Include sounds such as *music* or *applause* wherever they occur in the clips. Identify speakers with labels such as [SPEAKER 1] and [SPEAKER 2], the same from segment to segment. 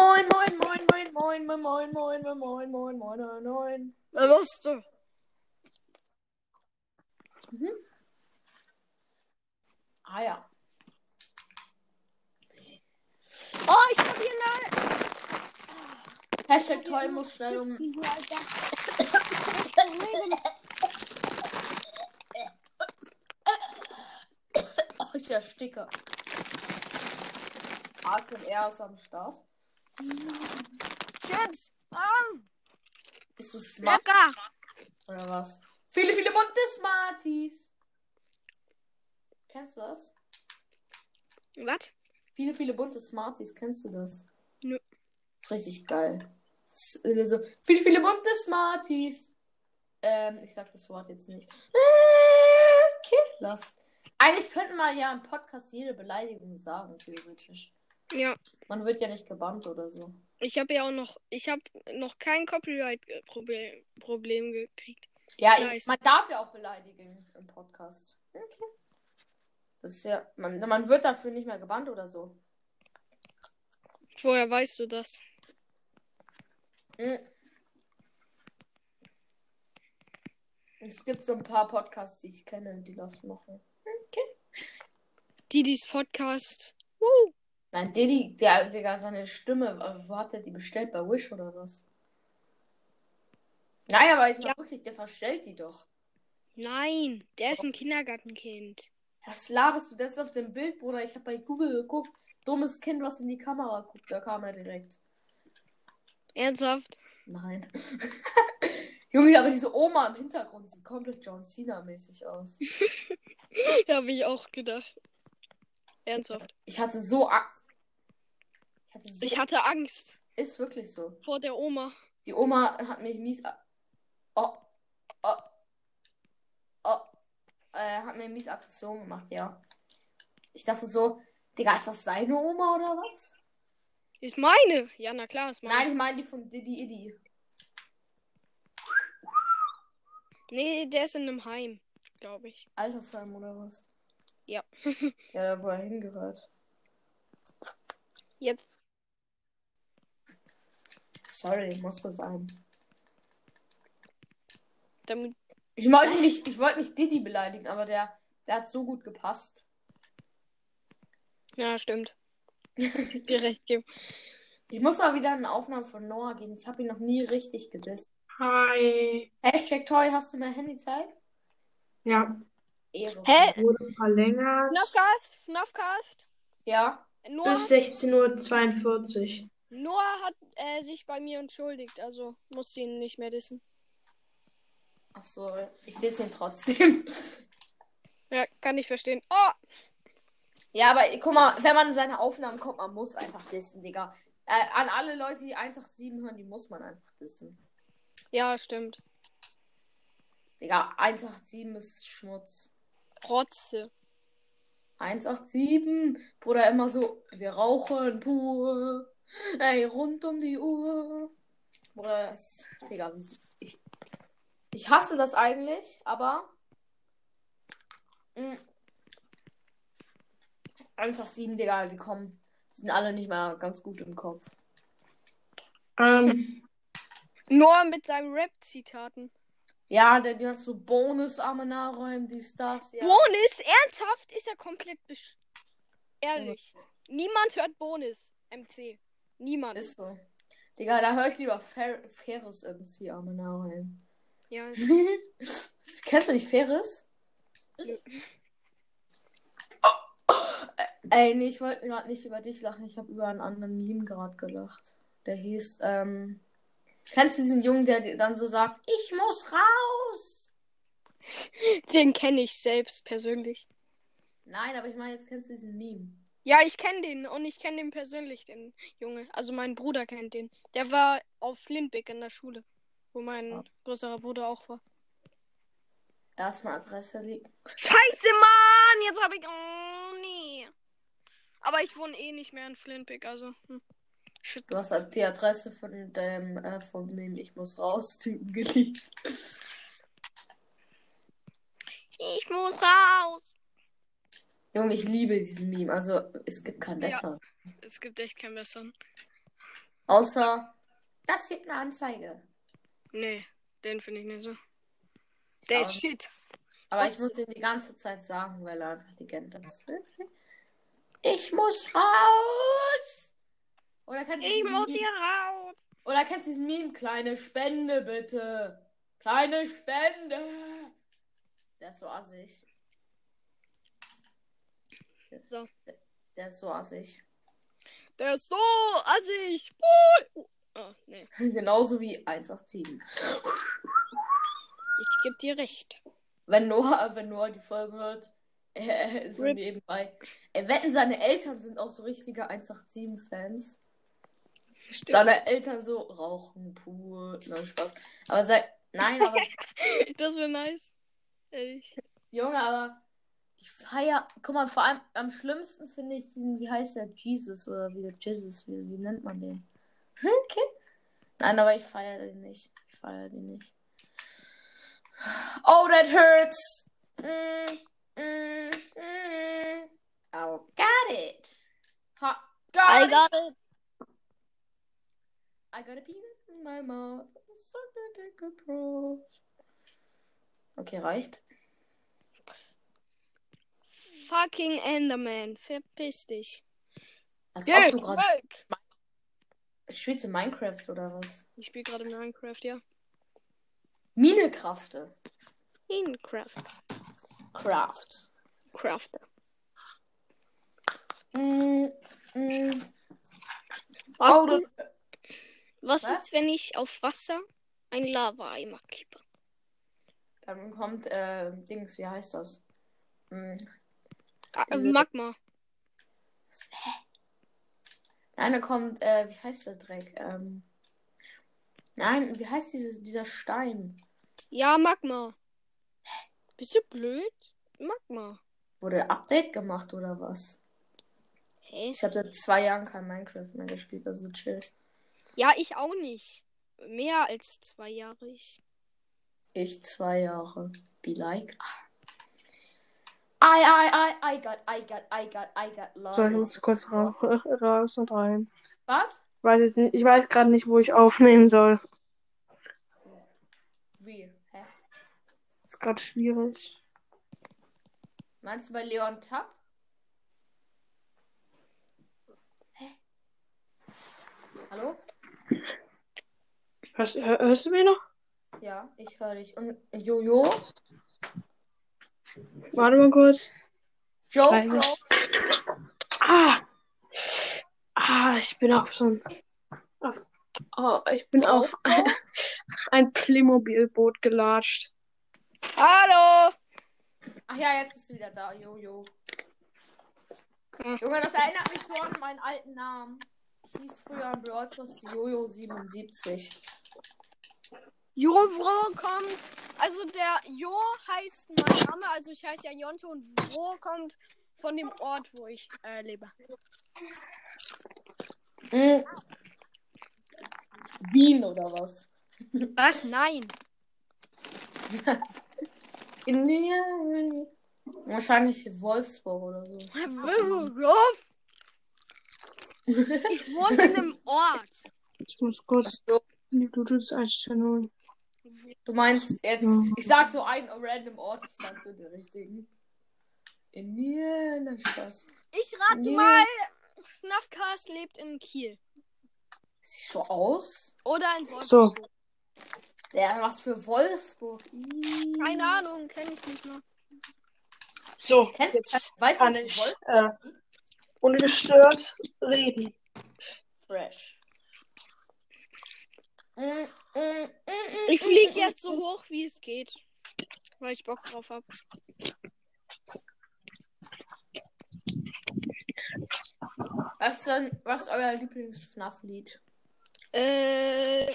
[SPEAKER 1] Moin, moin, moin, moin, moin, moin, moin, moin, moin, moin, moin, moin, moin, moin.
[SPEAKER 2] Äh, Was du?
[SPEAKER 1] Ah ja.
[SPEAKER 2] Oh, ich hab hier eine.
[SPEAKER 1] Hashtag Toy muss schnell um. Oh, ich ersticke. ASMR ist am Start.
[SPEAKER 2] Chips. Ah,
[SPEAKER 1] Bist du smart
[SPEAKER 2] lecker.
[SPEAKER 1] oder was? Viele, viele bunte Smarties. Kennst du das?
[SPEAKER 2] Was?
[SPEAKER 1] Viele, viele bunte Smarties. Kennst du das?
[SPEAKER 2] Nö.
[SPEAKER 1] Ist richtig geil. Ist, äh, so, viele, viele bunte Smarties. Ähm, ich sag das Wort jetzt nicht. Äh, Okay, lass. Eigentlich könnten wir ja im Podcast jede Beleidigung sagen, theoretisch.
[SPEAKER 3] Ja,
[SPEAKER 1] Man wird ja nicht gebannt oder so.
[SPEAKER 3] ich habe ja auch noch, ich habe noch kein Copyright-Problem Problem gekriegt.
[SPEAKER 1] Ja, ich,
[SPEAKER 3] Nice.
[SPEAKER 1] man darf ja auch beleidigen im Podcast. Okay. Das ist ja, man, man wird dafür nicht mehr gebannt oder so.
[SPEAKER 3] Woher weißt du das?
[SPEAKER 1] Mhm. Es gibt so ein paar Podcasts, die ich kenne, die das machen.
[SPEAKER 3] Didis Podcast. Woo!
[SPEAKER 1] Nein, Diddy, der, Digga, seine Stimme, äh, wo hat er die bestellt? Bei Wish oder was? Nein, aber ich meine wirklich, der verstellt die doch.
[SPEAKER 3] Nein, der ist ein Kindergartenkind.
[SPEAKER 1] Was laberst du? Das ist auf dem Bild, Bruder. Ich habe bei Google geguckt. Dummes Kind, was in die Kamera guckt. Da kam er direkt.
[SPEAKER 3] *laughs* Ernsthaft?
[SPEAKER 1] Nein. *laughs* Junge, aber diese Oma im Hintergrund sieht komplett John Cena-mäßig aus.
[SPEAKER 3] habe ich auch gedacht. Ernsthaft.
[SPEAKER 1] Ich hatte so Angst. Ich hatte so
[SPEAKER 3] Ich hatte Angst
[SPEAKER 1] Ist wirklich so.
[SPEAKER 3] vor der Oma.
[SPEAKER 1] Die Oma hat mich mies. a- Oh. Oh. Oh. Äh, hat mir mies Aggression gemacht, ja. Ich dachte so, Digga, ist das seine Oma oder was?
[SPEAKER 3] Ist meine. Ja, na klar, ist meine.
[SPEAKER 1] Nein, ich meine die von Diddy Iddy.
[SPEAKER 3] Nee, der ist in einem Heim, glaube ich.
[SPEAKER 1] Altersheim oder was?
[SPEAKER 3] Ja.
[SPEAKER 1] *laughs* ja, wo er hingehört.
[SPEAKER 3] Jetzt.
[SPEAKER 1] Sorry, musste sein.
[SPEAKER 3] Damit,
[SPEAKER 1] Ich wollte nicht, ich wollte nicht Diddy beleidigen, aber der, der hat so gut gepasst.
[SPEAKER 3] ja, *laughs* stimmt. Dir recht geben.
[SPEAKER 1] Ich muss mal wieder in Aufnahmen von Noah gehen. Ich habe ihn noch nie richtig gedisst.
[SPEAKER 4] Hi.
[SPEAKER 1] Hashtag Toy, hast du mehr Handyzeit?
[SPEAKER 4] Ja,
[SPEAKER 1] Ehre.
[SPEAKER 3] Hä?
[SPEAKER 4] wurde verlängert
[SPEAKER 3] FNAFcast? FNAFcast?
[SPEAKER 1] Ja.
[SPEAKER 3] Noah,
[SPEAKER 4] bis 16.42 Uhr.
[SPEAKER 3] Noah hat äh, sich bei mir entschuldigt, also musste ihn nicht mehr dissen.
[SPEAKER 1] Ach so, ich lese ihn trotzdem. *laughs*
[SPEAKER 3] Ja, kann ich verstehen. Oh,
[SPEAKER 1] Ja, aber guck mal, wenn man seine Aufnahmen kommt, man muss einfach dissen, Digga. Äh, an alle Leute, die 187 hören, die muss man einfach dissen.
[SPEAKER 3] ja, stimmt.
[SPEAKER 1] Digga, 187 ist Schmutz.
[SPEAKER 3] Rotze.
[SPEAKER 1] 187, Bruder, immer so, wir rauchen pur. Ey, rund um die Uhr. Bruder, das, Digga, wie- ich, ich hasse das eigentlich, aber. Mm. 187, Digga, die kommen. Die sind alle nicht mehr ganz gut im Kopf.
[SPEAKER 4] Ähm,
[SPEAKER 3] Noah mit seinen Rap-Zitaten.
[SPEAKER 1] Ja, der, die hat so Bonus-Arme nachräumen, die Stars. Ja.
[SPEAKER 3] Bonus? Ernsthaft? Ist er komplett besch... Ehrlich. Niemand hört Bonus. MC. Niemand.
[SPEAKER 1] Ist so. Digga, da höre ich lieber Fer Ferris MC Arme nachräumen.
[SPEAKER 3] ja. *laughs*
[SPEAKER 1] *laughs* Kennst du nicht Ferris? Äh, Ey, nee, ich wollte gerade nicht über dich lachen. Ich habe über einen anderen Meme gerade gelacht. Der hieß, ähm. Kennst du diesen Jungen, der dir dann so sagt, ich muss raus?
[SPEAKER 3] Den kenne ich selbst persönlich.
[SPEAKER 1] Nein, aber ich meine, jetzt kennst du diesen Meme.
[SPEAKER 3] Ja, ich kenne den und ich kenne den persönlich, den Junge. Also mein Bruder kennt den. Der war auf Lindbeck in der Schule, wo mein größerer Bruder auch war.
[SPEAKER 1] Erstmal Adresse liegt.
[SPEAKER 3] Scheiße, Mann! Jetzt hab ich. Oh, nee. Aber ich wohne eh nicht mehr in Flintpick, also. Hm. Shit.
[SPEAKER 1] Du hast halt die Adresse von dem, äh, von dem Ich muss raus-Typen geleakt.
[SPEAKER 3] Ich muss raus!
[SPEAKER 1] Junge, ich liebe diesen Meme. Also, es gibt kein
[SPEAKER 3] Ja.
[SPEAKER 1] besser.
[SPEAKER 3] Es gibt echt keinen besseren.
[SPEAKER 1] Außer, das hier eine Anzeige.
[SPEAKER 3] Nee, den finde ich nicht so.
[SPEAKER 1] Ich
[SPEAKER 3] Der
[SPEAKER 1] auch nicht.
[SPEAKER 3] ist shit.
[SPEAKER 1] Aber ich muss ihn die ganze Zeit sagen, weil er einfach Legende ist. Ich muss raus! Oder kannst du
[SPEAKER 2] Ich
[SPEAKER 1] diesen
[SPEAKER 2] muss
[SPEAKER 1] Meme-
[SPEAKER 2] hier raus.
[SPEAKER 1] Oder kennst du diesen Meme? Kleine Spende, bitte. Kleine Spende. Der ist so assig.
[SPEAKER 3] So.
[SPEAKER 1] Der ist so assig. *laughs*
[SPEAKER 3] Der ist so assig. Bull. Oh, nee.
[SPEAKER 1] Genauso wie 187.
[SPEAKER 3] Ich geb dir recht.
[SPEAKER 1] Wenn Noah, wenn Noah die Folge hört, *laughs* äh, so
[SPEAKER 3] Rip.
[SPEAKER 1] nebenbei. Er wetten, seine Eltern sind auch so richtige 187-Fans.
[SPEAKER 3] Stimmt.
[SPEAKER 1] Seine Eltern so rauchen pur. Nein, Spaß. Aber sein. Nein, aber
[SPEAKER 3] Das wäre nice. Ehrlich.
[SPEAKER 1] Junge, aber ich feier. Guck mal, vor allem am schlimmsten finde ich den, wie heißt der? Jesus oder wie der Jesus, wie, wie nennt man den? Hm, Okay. Nein, aber ich feier den nicht. Ich feier den nicht. Oh, that hurts! Mm, mm, mm. Oh, got it! Ha, got it! I got a penis in my mouth. Suck a dick approach. Okay, reicht.
[SPEAKER 3] Fucking Enderman. Verpiss dich.
[SPEAKER 1] Als
[SPEAKER 3] Geh
[SPEAKER 1] ob du gerade
[SPEAKER 3] weg.
[SPEAKER 1] Spielst du Minecraft oder was?
[SPEAKER 3] Ich spiele gerade Minecraft, ja.
[SPEAKER 1] Minecrafte.
[SPEAKER 3] Minecraft.
[SPEAKER 1] Craft.
[SPEAKER 3] Crafter.
[SPEAKER 1] Mm, mm.
[SPEAKER 3] Was,
[SPEAKER 1] Oh, das,
[SPEAKER 3] ist, was,
[SPEAKER 1] was?
[SPEAKER 3] ist, wenn ich auf Wasser ein Lava-Eimer kippe?
[SPEAKER 1] dann kommt äh, Dings, wie heißt das? Mm.
[SPEAKER 3] Ah,
[SPEAKER 1] Diese-
[SPEAKER 3] Magma.
[SPEAKER 1] Nein, da kommt, äh, wie heißt der Dreck? Ähm, nein, wie heißt dieses, dieser Stein?
[SPEAKER 3] Ja, Magma. Bist du blöd? Magma.
[SPEAKER 1] Wurde Update gemacht oder was?
[SPEAKER 3] Hä?
[SPEAKER 1] Ich habe seit zwei Jahren kein Minecraft mehr gespielt, also chill.
[SPEAKER 3] Ja, ich auch nicht. Mehr als zwei Jahre. Ich.
[SPEAKER 1] Ich zwei Jahre. Be like. I, I, I, I got, I got, I got, I got love.
[SPEAKER 4] So, ich muss kurz ra raus und rein.
[SPEAKER 1] Was?
[SPEAKER 4] Weiß jetzt nicht, ich weiß gerade nicht, wo ich aufnehmen soll.
[SPEAKER 1] Wie? Hä?
[SPEAKER 4] Ist gerade schwierig.
[SPEAKER 1] Meinst du bei Leon Tapp? Hä? Hallo?
[SPEAKER 4] Hörst, hör, hörst du mich noch?
[SPEAKER 1] Ja, ich höre dich. Und Jojo?
[SPEAKER 4] Warte mal kurz.
[SPEAKER 1] Jojo?
[SPEAKER 4] Scheiße. Ah! Ah, ich bin auf so ein. Auf, oh, ich bin auf ein, ein Playmobil-Boot gelatscht.
[SPEAKER 3] Hallo!
[SPEAKER 1] Ach ja, jetzt bist du wieder da, Jojo.
[SPEAKER 3] Hm.
[SPEAKER 1] Junge, das erinnert mich so an meinen alten Namen. Ich hieß früher in Brawl Stars Jojo77.
[SPEAKER 3] Jo, Bro kommt. Also der Jo heißt mein Name, also ich heiße ja Jonte und Bro kommt von dem Ort, wo ich äh, lebe.
[SPEAKER 1] Mhm. Wien oder was?
[SPEAKER 3] Was? Nein.
[SPEAKER 1] Nee. Wahrscheinlich Wolfsburg oder so.
[SPEAKER 3] Wurf? *laughs* Ich wohne in einem Ort.
[SPEAKER 4] Ich muss kurz in die Bluetooth-Einstellungen.
[SPEAKER 1] Du meinst jetzt,
[SPEAKER 4] Ja.
[SPEAKER 1] ich sag so einen random Ort, ich sag so den richtigen. In Nieren, Spaß.
[SPEAKER 3] Ich rate
[SPEAKER 1] Nee.
[SPEAKER 3] mal, FNAFcast lebt in Kiel.
[SPEAKER 1] Sieht so aus.
[SPEAKER 3] Oder in Wolfsburg.
[SPEAKER 4] So.
[SPEAKER 1] Der, was für Wolfsburg. Ih.
[SPEAKER 3] Keine Ahnung, kenne ich nicht mal.
[SPEAKER 4] So,
[SPEAKER 1] Kennst
[SPEAKER 4] jetzt
[SPEAKER 1] du, weißt
[SPEAKER 4] kann
[SPEAKER 1] du, was
[SPEAKER 4] ich
[SPEAKER 1] Wolfsburg
[SPEAKER 4] äh, ungestört reden.
[SPEAKER 1] fresh? Mm, mm, mm, mm,
[SPEAKER 3] Ich
[SPEAKER 1] mm,
[SPEAKER 3] fliege
[SPEAKER 1] mm,
[SPEAKER 3] *laughs* jetzt so hoch, wie es geht. Weil ich Bock drauf habe.
[SPEAKER 1] mm. Was ist denn, was ist euer Lieblings-FNAF-Lied?
[SPEAKER 3] Äh, äh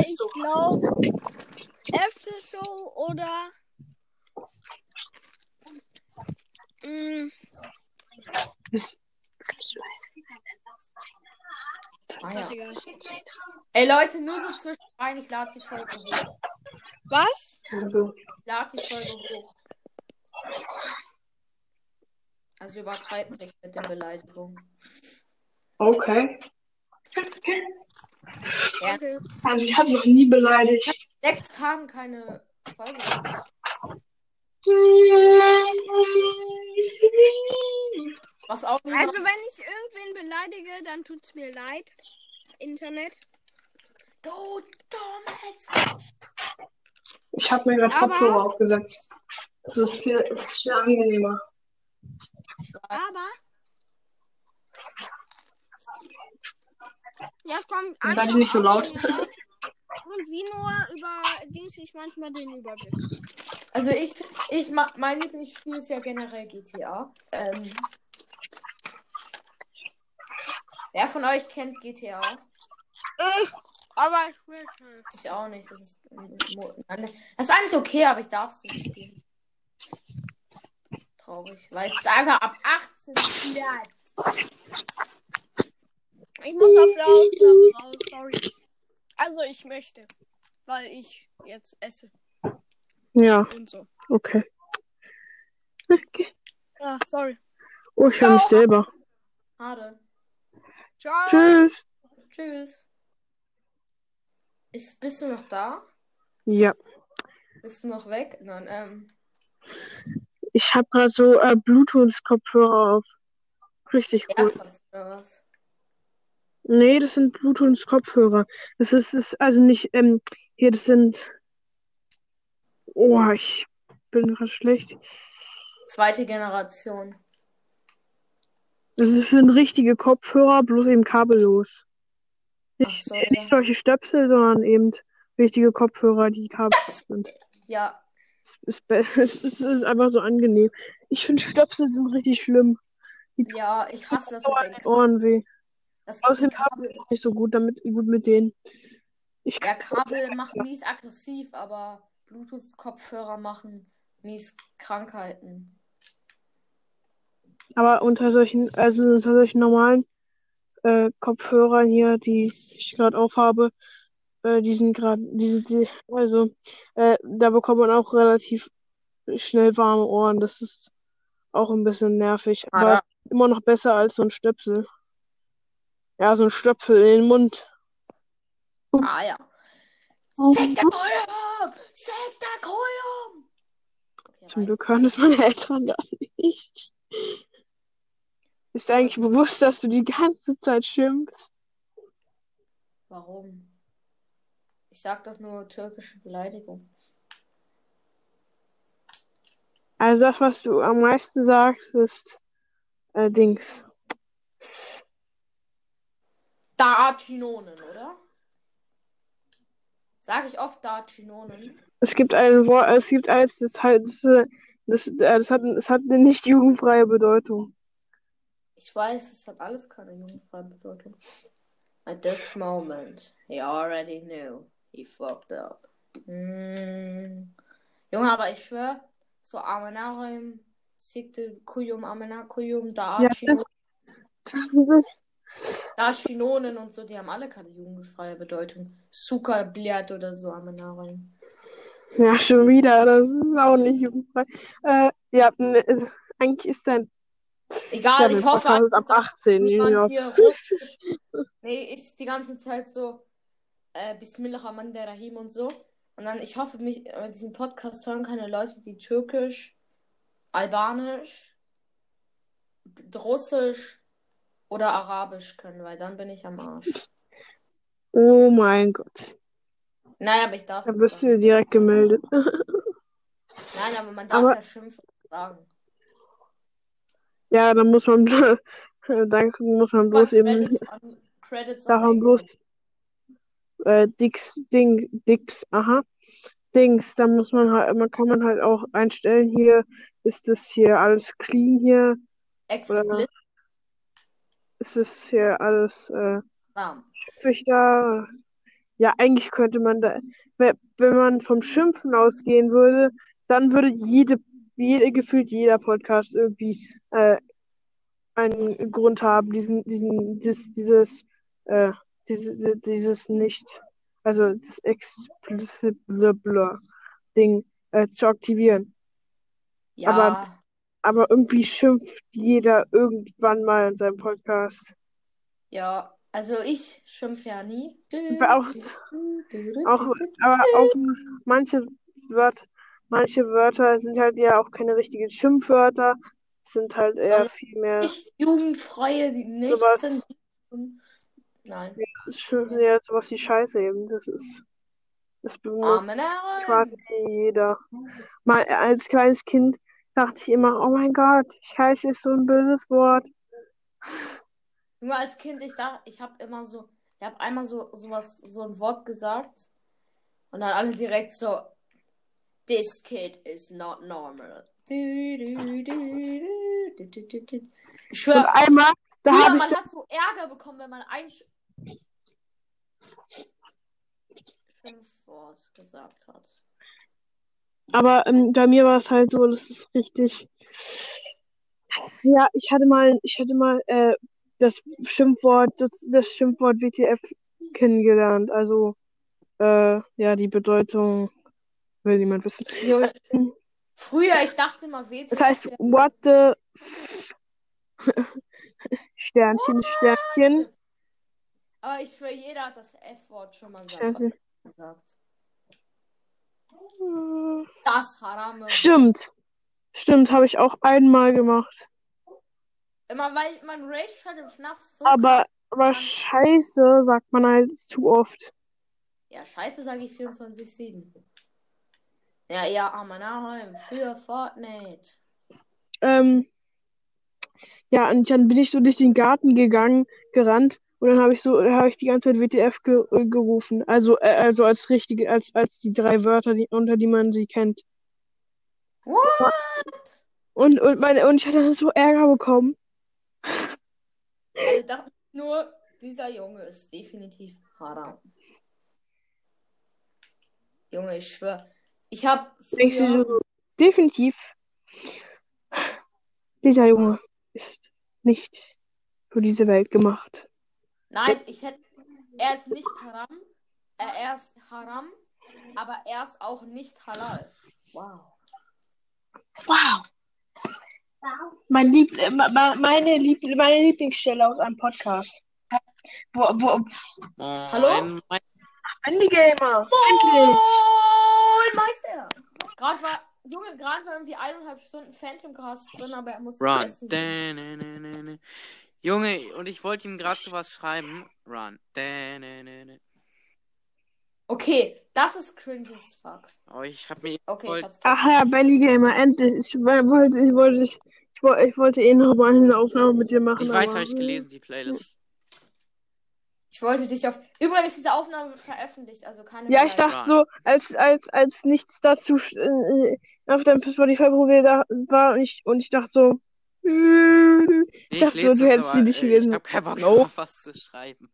[SPEAKER 3] ich glaube, After Show oder. Mm,
[SPEAKER 1] Ah,
[SPEAKER 3] ach,
[SPEAKER 1] ja.
[SPEAKER 3] egal.
[SPEAKER 1] Ey Leute, nur so zwischendrin, ich lade die Folge hoch.
[SPEAKER 3] Was?
[SPEAKER 4] Also,
[SPEAKER 1] Ich lade die Folge hoch. Also übertreibt nicht mit der Beleidigung.
[SPEAKER 4] Okay.
[SPEAKER 1] Ja.
[SPEAKER 2] Okay.
[SPEAKER 4] Also ich habe noch nie beleidigt.
[SPEAKER 1] Sechs Tagen keine Folge. Was auch nicht.
[SPEAKER 2] Also wenn ich irgendwen beleidige, dann tut's mir leid. Internet.
[SPEAKER 1] du dummes.
[SPEAKER 4] Ich habe mir gerade
[SPEAKER 2] Aber-
[SPEAKER 4] Kopfhörer aufgesetzt. Das ist viel, das ist viel angenehmer.
[SPEAKER 2] Aber. Ja, es kommt
[SPEAKER 4] Dann
[SPEAKER 2] andere
[SPEAKER 4] bin ich so
[SPEAKER 2] auch
[SPEAKER 4] laut.
[SPEAKER 2] von mir raus. ne? Und wie nur über Dings ich manchmal den Überblick.
[SPEAKER 1] Also ich, ich ma- mein Lieblingsspiel ist ja generell GTA. Ähm, wer von euch kennt GTA?
[SPEAKER 2] Äh, Aber ich will schon.
[SPEAKER 1] Ich auch nicht. Das ist, das ist eigentlich okay, aber ich darf es nicht spielen. Traurig, weil es ist einfach ab 18 Platz.
[SPEAKER 2] Ich muss auf Lausnamen raus, sorry. Also ich möchte. Weil ich jetzt esse
[SPEAKER 4] Ja,
[SPEAKER 2] und so.
[SPEAKER 4] okay.
[SPEAKER 2] Ah, sorry.
[SPEAKER 4] Oh, ich
[SPEAKER 2] höre mich
[SPEAKER 4] selber.
[SPEAKER 1] Schade.
[SPEAKER 2] Ciao.
[SPEAKER 4] Tschüss.
[SPEAKER 1] Tschüss. Ist, bist du noch da?
[SPEAKER 4] Ja.
[SPEAKER 1] Bist du noch weg? Nein, ähm.
[SPEAKER 4] Ich habe gerade so äh, Bluetooth-Kopfhörer auf. Richtig cool.
[SPEAKER 1] AirPods oder was?
[SPEAKER 4] Nee, das sind Bluetooth-Kopfhörer. Das ist, ist also nicht, ähm, hier, das sind. Oh, ich bin gerade schlecht.
[SPEAKER 1] Zweite Generation.
[SPEAKER 4] Das ist- sind richtige Kopfhörer, bloß eben kabellos.
[SPEAKER 1] Ach
[SPEAKER 4] Nicht,
[SPEAKER 1] so,
[SPEAKER 4] nicht
[SPEAKER 1] ja.
[SPEAKER 4] solche Stöpsel, sondern eben richtige Kopfhörer, die kabellos sind.
[SPEAKER 1] Ja,
[SPEAKER 4] Es ist, be- *laughs* es ist, es ist einfach so angenehm. Ich finde, Stöpsel sind richtig schlimm.
[SPEAKER 1] ja, ich hasse das mit den Kabel.
[SPEAKER 4] Ohren weh.
[SPEAKER 1] Das
[SPEAKER 4] Außerdem
[SPEAKER 1] Kabel,
[SPEAKER 4] Nicht so gut damit, gut mit denen. Ich
[SPEAKER 1] ja, Kabel machen mies aggressiv, aber Bluetooth-Kopfhörer machen mies Krankheiten.
[SPEAKER 4] Aber unter solchen, also unter solchen normalen äh, Kopfhörern hier, die ich gerade aufhabe, äh, die sind gerade, die sind, die, also äh, da bekommt man auch relativ schnell warme Ohren. Das ist auch ein bisschen nervig, aber immer noch besser als so ein Stöpsel. Ja, so ein Stöpsel in den Mund.
[SPEAKER 1] Ah, ja. Sektakulum! Sektakulum! Okay,
[SPEAKER 4] Zum
[SPEAKER 1] reicht's.
[SPEAKER 4] Glück hören das meine Eltern *laughs* gar nicht. Ist dir eigentlich bewusst, dass du die ganze Zeit schimpfst?
[SPEAKER 1] Warum? Ich sag doch nur türkische Beleidigung.
[SPEAKER 4] Also das, was du am meisten sagst, ist äh, Dings.
[SPEAKER 1] Dachinonen, oder? Sag ich oft Dachinonen?
[SPEAKER 4] Es gibt ein Wort, es gibt eins, das halt, das, äh, das, äh, das hat, es hat eine nicht
[SPEAKER 1] *laughs*
[SPEAKER 4] jugendfreie Bedeutung.
[SPEAKER 1] Ich weiß, es hat alles keine jungfreie Bedeutung. At this moment, he already knew he fucked up. Mm. Junge, aber ich schwör, so Amenarim, Sikte Kuyum, Amenakuyum,
[SPEAKER 4] Ja,
[SPEAKER 1] Dachinonen,
[SPEAKER 4] das, das,
[SPEAKER 1] Dachinonen und so, die haben alle keine jugendfreie Bedeutung. Suka Bliat oder so Amenarim.
[SPEAKER 4] ja, schon wieder, das ist auch nicht jugendfrei. Äh, ja, ne, äh, eigentlich ist dein
[SPEAKER 1] Egal, Ah, ich
[SPEAKER 4] Podcast
[SPEAKER 1] hoffe,
[SPEAKER 4] ist ab 18. Ja.
[SPEAKER 1] Niemand *laughs* hier russisch. Nee, ich die ganze Zeit so äh, Bismillah Rahman der Rahim und so. Und dann, ich hoffe, mich äh, diesen Podcast hören keine Leute, die Türkisch, Albanisch, Russisch oder Arabisch können, weil dann bin ich am Arsch.
[SPEAKER 4] Oh mein Gott,
[SPEAKER 1] Nein, aber ich darf
[SPEAKER 4] da
[SPEAKER 1] das
[SPEAKER 4] bist
[SPEAKER 1] sagen.
[SPEAKER 4] du direkt gemeldet. *laughs*
[SPEAKER 1] Nein, aber man darf
[SPEAKER 4] Aber-
[SPEAKER 1] ja schimpfen und sagen.
[SPEAKER 4] Ja, dann muss man, *laughs* dann muss man
[SPEAKER 1] Aber
[SPEAKER 4] bloß eben,
[SPEAKER 1] Credits an, Credits
[SPEAKER 4] darf man
[SPEAKER 1] an
[SPEAKER 4] bloß äh, Dix, Ding, Dix, aha, Dings, da muss man halt, man kann man halt auch einstellen, hier ist das hier alles clean hier,
[SPEAKER 1] Explicit
[SPEAKER 4] ist das hier alles äh,
[SPEAKER 1] Namen.
[SPEAKER 4] schimpfig da. Ja, eigentlich könnte man da, we- wenn man vom Schimpfen ausgehen würde, dann würde jede, jede gefühlt jeder Podcast irgendwie äh, einen Grund haben, diesen, diesen, dieses, dieses, äh, diese, di- dieses nicht, also das explicit Ding äh, zu aktivieren.
[SPEAKER 1] Ja,
[SPEAKER 4] aber- Aber irgendwie schimpft jeder irgendwann mal in seinem Podcast.
[SPEAKER 1] Ja, also ich schimpfe ja nie. Dü-
[SPEAKER 4] Aber Auch,
[SPEAKER 1] dü- dü- dü-
[SPEAKER 4] auch,
[SPEAKER 1] dü- dü-
[SPEAKER 4] aber auch manche Wörter, manche Wörter sind halt ja auch keine richtigen Schimpfwörter, sind halt eher
[SPEAKER 1] Sondern
[SPEAKER 4] viel mehr
[SPEAKER 1] Nicht jugendfreie, die nicht
[SPEAKER 4] Sowas.
[SPEAKER 1] sind. Nein.
[SPEAKER 4] Sch- ja, sowas wie Scheiße eben. Das ist, das benutzt
[SPEAKER 1] Amen. Amen.
[SPEAKER 4] quasi jeder. Mal als kleines Kind dachte ich immer, oh mein Gott, Scheiße ist so ein böses Wort.
[SPEAKER 1] Nur als Kind, ich dachte, ich habe immer so, ich habe einmal so sowas, so ein Wort gesagt und dann alle direkt so, this kid is not normal. Du, du, du, du, du, du, du, du. Ich
[SPEAKER 4] Und
[SPEAKER 1] schwör,
[SPEAKER 4] einmal, da
[SPEAKER 1] früher,
[SPEAKER 4] habe ich
[SPEAKER 1] man hat so Ärger bekommen, wenn man ein Sch- Schimpfwort gesagt hat.
[SPEAKER 4] Aber ähm, bei mir war es halt so, das ist richtig. Ja, ich hatte mal, ich hatte mal äh, das Schimpfwort, das, das Schimpfwort WTF kennengelernt. Also, äh, ja, die Bedeutung will niemand wissen.
[SPEAKER 1] Jo, früher, ich dachte mal, WTF.
[SPEAKER 4] Das heißt, what the *laughs* Sternchen, Sternchen,
[SPEAKER 1] Aber ich schwör, jeder hat das F-Wort schon mal
[SPEAKER 4] Sternchen.
[SPEAKER 1] gesagt. Das Harame.
[SPEAKER 4] Stimmt. Stimmt, habe ich auch einmal gemacht.
[SPEAKER 1] Immer weil man Rage hat im FNAF so.
[SPEAKER 4] Aber, aber Scheiße sagt man halt zu oft.
[SPEAKER 1] Ja, scheiße, sage ich 24-7. Ja, ja, Amanaheim für Fortnite.
[SPEAKER 4] Ähm, ja, und dann bin ich so durch den Garten gegangen, gerannt und dann habe ich so, habe ich die ganze Zeit WTF ge äh, gerufen. Also, äh, also als richtige, als, als die drei Wörter, die, unter die man sie kennt.
[SPEAKER 1] What?
[SPEAKER 4] Und, und meine, und ich hatte so Ärger bekommen.
[SPEAKER 1] Alle dachten Also, nur, dieser Junge ist definitiv haram. Junge, ich schwör. Ich hab
[SPEAKER 4] Denkst du
[SPEAKER 1] früher,
[SPEAKER 4] so, definitiv, dieser Junge ist nicht für diese Welt gemacht.
[SPEAKER 1] Nein, ich hätte. Er ist nicht haram. Äh, er ist haram, aber er ist auch nicht halal. Wow.
[SPEAKER 4] Wow. Mein Lieb äh, me- me- meine, Lieb meine Lieblingsstelle aus einem Podcast. Wo, wo,
[SPEAKER 1] Hallo?
[SPEAKER 4] Handygamer. Endlich.
[SPEAKER 1] Moin, Meister! Gerade war, Junge, gerade war irgendwie eineinhalb Stunden Phantom Grass drin, aber er muss
[SPEAKER 5] Run.
[SPEAKER 1] essen.
[SPEAKER 5] Dänänänänä. Junge, und ich wollte ihm gerade sowas schreiben. Run. Dänänänä.
[SPEAKER 1] Okay, das ist cringe as fuck.
[SPEAKER 5] Oh, ich hab mir.
[SPEAKER 1] Okay, ich
[SPEAKER 5] Voll-
[SPEAKER 1] hab's
[SPEAKER 4] Ach ja, Belly Gamer, endlich. Ich wa- wollte, ich wollte, ich, ich, woll- ich wollte eh noch mal eine Aufnahme mit dir machen,
[SPEAKER 5] Ich weiß,
[SPEAKER 4] aber
[SPEAKER 5] habe ich gelesen, die Playlist.
[SPEAKER 1] Ich wollte dich auf. Übrigens, diese Aufnahme wird veröffentlicht, also keine
[SPEAKER 4] Ja, ich
[SPEAKER 1] Beleidigung.
[SPEAKER 4] dachte so, als, als, als nichts dazu äh, auf deinem Spotify-Profil da war und ich, und ich dachte so, mm,
[SPEAKER 5] Nee,
[SPEAKER 4] dachte, du hättest die nicht
[SPEAKER 5] äh,
[SPEAKER 4] gelesen.
[SPEAKER 5] Ich hab keinen Bock,
[SPEAKER 4] Nope.
[SPEAKER 5] auf was zu schreiben.